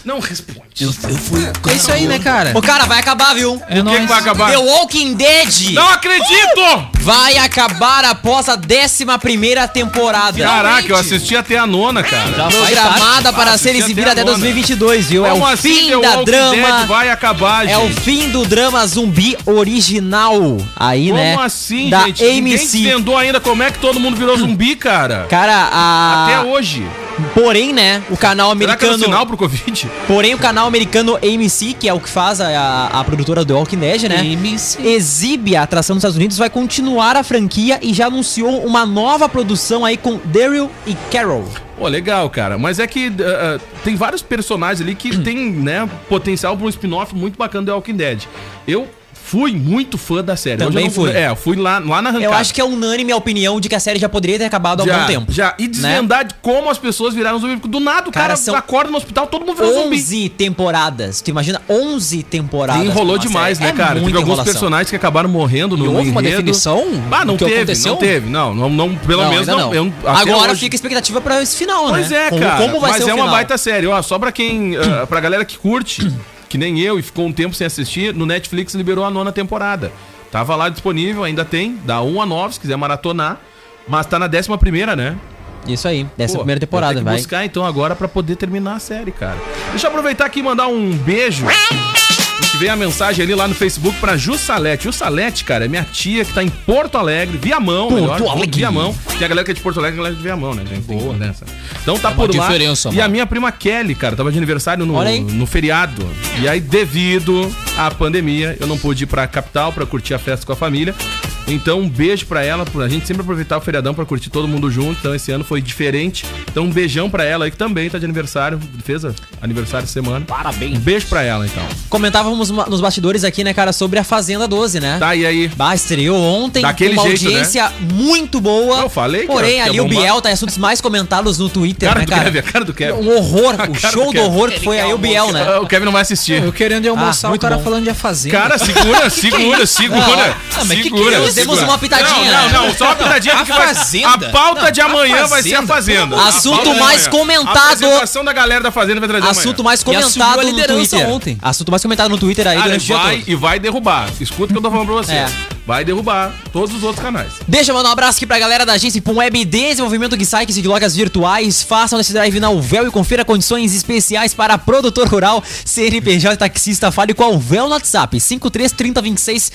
Speaker 4: Não responde.
Speaker 11: Eu, eu fui.
Speaker 9: É isso aí, né, cara?
Speaker 5: Ô, cara, vai acabar, viu?
Speaker 4: O que, que
Speaker 9: É nóis.
Speaker 4: vai acabar?
Speaker 5: The Walking Dead
Speaker 4: Não acredito!
Speaker 5: vai acabar após a 11ª temporada.
Speaker 4: Caraca, eu assisti até a nona, cara.
Speaker 5: Programada para ser
Speaker 4: assisti
Speaker 5: exibida
Speaker 4: até
Speaker 5: até
Speaker 4: a nona.
Speaker 5: 2022, viu? É
Speaker 4: Como
Speaker 5: o
Speaker 4: assim
Speaker 5: fim
Speaker 4: The
Speaker 5: da
Speaker 4: Walking Dead
Speaker 5: drama.
Speaker 4: vai acabar,
Speaker 5: É o fim do drama zumbi original. Aí,
Speaker 4: Como
Speaker 5: né?
Speaker 4: assim,
Speaker 5: da
Speaker 4: gente? Ninguém
Speaker 5: AMC.
Speaker 4: entendeu ainda como é que todo mundo virou zumbi, cara.
Speaker 5: Cara,
Speaker 9: Ah,
Speaker 5: a.
Speaker 4: Até hoje.
Speaker 5: Porém, né? O canal
Speaker 4: Será que é o
Speaker 5: americano.
Speaker 4: sinal pro Covid?
Speaker 5: Porém, o canal americano AMC, que é o que faz a, a produtora do Walking Dead, né?
Speaker 9: AMC.
Speaker 5: Exibe a atração nos Estados Unidos, vai continuar a franquia e já anunciou uma nova produção aí com Daryl e Carol.
Speaker 4: Pô, legal, cara. Mas é que ah, ah, tem vários personagens ali que tem, né, potencial pra um spin-off muito bacana do Walking Dead. Eu Fui muito fã da série.
Speaker 6: Também
Speaker 4: Hoje eu não-
Speaker 6: fui.
Speaker 4: É, fui lá, lá na
Speaker 6: Eu
Speaker 4: arrancada.
Speaker 6: acho que é unânime a opinião de que a série já poderia ter acabado há
Speaker 4: já,
Speaker 9: um
Speaker 6: algum tempo.
Speaker 4: Já. E desvendar de como as pessoas viraram zumbi. Porque Do nada o cara,
Speaker 6: Cara, são
Speaker 4: acorda no hospital, todo mundo virou um zumbi.
Speaker 6: 11 temporadas. Tu imagina 11 temporadas.
Speaker 4: E enrolou
Speaker 6: pra uma
Speaker 4: demais,
Speaker 6: série.
Speaker 4: né, cara?
Speaker 6: É
Speaker 4: Teve
Speaker 6: muita
Speaker 4: alguns
Speaker 6: enrolação.
Speaker 4: personagens que acabaram morrendo no
Speaker 13: E
Speaker 4: no
Speaker 13: houve uma
Speaker 4: enredo.
Speaker 13: definição
Speaker 4: Ah, não
Speaker 13: do que
Speaker 4: teve,
Speaker 13: aconteceu?
Speaker 4: não teve. Não, não, não pelo
Speaker 13: Não,
Speaker 4: menos
Speaker 13: ainda
Speaker 4: não.
Speaker 13: não.
Speaker 4: eu não- até
Speaker 6: Agora
Speaker 4: hoje-
Speaker 6: fica a expectativa pra esse final, né?
Speaker 4: Pois é,
Speaker 6: Como-
Speaker 4: cara.
Speaker 6: Como vai
Speaker 4: mas
Speaker 6: ser o
Speaker 4: é uma
Speaker 6: final?
Speaker 4: baita série. Ó, só pra quem. ah, pra galera que curte, que nem eu, e ficou um tempo sem assistir, no Netflix liberou a nona temporada. Tava lá disponível, ainda tem. Dá 1 a 9, se quiser maratonar. Mas tá na décima primeira, né?
Speaker 6: Isso aí, dessa
Speaker 4: Pô,
Speaker 6: primeira
Speaker 4: vou ter
Speaker 6: temporada,
Speaker 4: que
Speaker 6: vai.
Speaker 4: buscar então agora pra poder terminar a série, cara. Deixa eu aproveitar aqui e mandar um beijo. Que veio a mensagem ali lá no Facebook pra Jussalete. Jussalete, cara, é minha tia que tá em Porto Alegre, Viamão,
Speaker 6: Porto
Speaker 4: melhor,
Speaker 6: Alegre.
Speaker 4: Viamão. Tem a galera que é de Porto Alegre e a galera de Viamão, né, gente? Boa. Nessa. Então
Speaker 6: É
Speaker 4: tá por lá.
Speaker 14: diferença,
Speaker 4: e a minha prima Kelly, cara, tava de aniversário no,
Speaker 6: Olha aí.
Speaker 4: no feriado. E aí, devido à pandemia, eu não pude ir pra capital pra curtir a festa com a família. Então, um beijo pra ela, pra gente sempre aproveitar o feriadão pra curtir todo mundo junto. Então, esse ano foi diferente. Então, um beijão pra ela aí que também tá de aniversário. Fez a- aniversário essa semana. Parabéns. Um beijo pra ela, então.
Speaker 6: Comentávamos ma- nos bastidores aqui, né, cara, sobre a Fazenda 12, né?
Speaker 4: Tá, e aí?
Speaker 6: Bah, estreou ontem
Speaker 4: Daquele
Speaker 6: com uma
Speaker 4: jeito, né?
Speaker 6: audiência muito boa.
Speaker 4: Eu falei que
Speaker 6: Porém,
Speaker 4: era- que
Speaker 6: ali
Speaker 4: ia
Speaker 6: o
Speaker 4: bombar.
Speaker 6: Biel tá em assuntos mais comentados no Twitter,
Speaker 4: Cara
Speaker 6: né,
Speaker 4: do Kevin,
Speaker 6: cara?
Speaker 4: a cara do Kevin.
Speaker 6: Um horror,
Speaker 4: A
Speaker 6: o
Speaker 4: cara
Speaker 6: show
Speaker 4: do
Speaker 6: do,
Speaker 4: Kevin.
Speaker 6: horror que foi aí o Biel, né?
Speaker 4: Ah, O Kevin não vai assistir.
Speaker 9: Eu querendo ir almoçar,
Speaker 6: Ah,
Speaker 9: o
Speaker 6: muito
Speaker 9: cara
Speaker 6: bom.
Speaker 9: falando de a fazenda.
Speaker 4: Cara, segura, segura, segura.
Speaker 9: ah, mas que que
Speaker 4: segura.
Speaker 9: é
Speaker 6: isso? Temos uma pitadinha,
Speaker 4: Não, não,
Speaker 6: né?
Speaker 4: não, só uma pitadinha.
Speaker 9: A
Speaker 4: porque vai-
Speaker 9: Fazenda.
Speaker 4: A pauta
Speaker 9: Não,
Speaker 4: de amanhã
Speaker 9: a
Speaker 4: vai ser a
Speaker 9: Fazenda.
Speaker 4: Fazenda. A
Speaker 6: Assunto
Speaker 4: pauta de
Speaker 6: mais
Speaker 4: amanhã.
Speaker 6: comentado.
Speaker 4: A apresentação da galera da Fazenda vai trazer
Speaker 6: Assunto
Speaker 4: amanhã.
Speaker 6: mais
Speaker 13: E assumiu a
Speaker 6: comentado no
Speaker 13: liderança
Speaker 6: Twitter.
Speaker 13: ontem.
Speaker 6: Assunto mais comentado no Twitter aí
Speaker 4: Cara,
Speaker 6: durante o dia
Speaker 4: vai
Speaker 6: todo.
Speaker 4: e vai derrubar. Escuta o que eu tô falando pra você.
Speaker 6: É.
Speaker 4: Vai derrubar todos os outros canais.
Speaker 6: Deixa eu mandar um abraço aqui pra galera da agência Pum Web Desenvolvimento que sai que se lojas virtuais. Façam esse drive na Uvel e confira condições especiais para produtor rural, CNPJ e taxista. Fale com a Uvel no WhatsApp 533026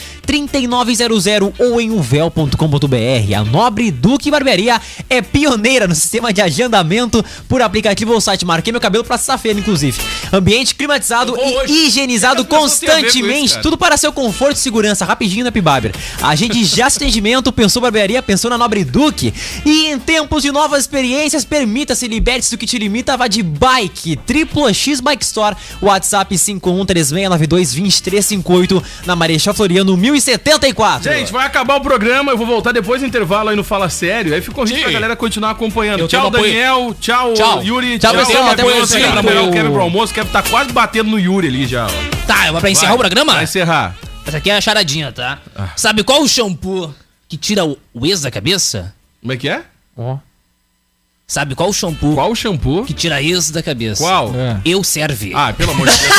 Speaker 6: 3900 ou em uvel.com.br. A Nobre Duque Barbearia é pioneira no sistema de agendamento por aplicativo ou site. Marquei meu cabelo pra sexta-feira, inclusive. Ambiente climatizado
Speaker 4: Eu vou
Speaker 6: e
Speaker 4: hoje.
Speaker 6: higienizado
Speaker 4: As pessoas têm a ver com isso,
Speaker 6: constantemente.
Speaker 4: cara.
Speaker 6: Tudo tudo para seu conforto e segurança, rapidinho na Pibaber. A gente já se atendimento, pensou barbearia, pensou na Nobre Duque. E em tempos de novas experiências, permita-se, liberte-se do que te limita, vá de bike. Triplo X Bike Store, WhatsApp 5136922358, na Marechal Floriano 1074.
Speaker 4: Gente, vai acabar o programa. Eu vou voltar depois do intervalo aí no Fala Sério. Aí fica o convite pra galera continuar acompanhando.
Speaker 14: Eu
Speaker 4: tchau,
Speaker 14: tenho apoio.
Speaker 4: Daniel. Tchau,
Speaker 14: Tchau.
Speaker 4: Yuri.
Speaker 6: Tchau, pessoal.
Speaker 4: Kevin.
Speaker 6: Até
Speaker 4: Apoio,
Speaker 6: amanhã,
Speaker 4: sim,
Speaker 6: cara.
Speaker 4: apoio ao Kevin pro almoço. O Kevin tá quase batendo no Yuri ali já. ó.
Speaker 15: Tá, eu- pra encerrar
Speaker 4: Vai.
Speaker 15: o programa?
Speaker 4: Vai Ah. encerrar.
Speaker 15: Essa aqui é a charadinha, tá? Sabe qual o shampoo que tira o, o ex da cabeça?
Speaker 4: Como é que é?
Speaker 15: Sabe qual o shampoo
Speaker 4: Qual o shampoo?
Speaker 15: que tira ex da cabeça?
Speaker 4: Qual?
Speaker 6: É.
Speaker 15: Eu serve.
Speaker 4: Ah, pelo amor de Deus.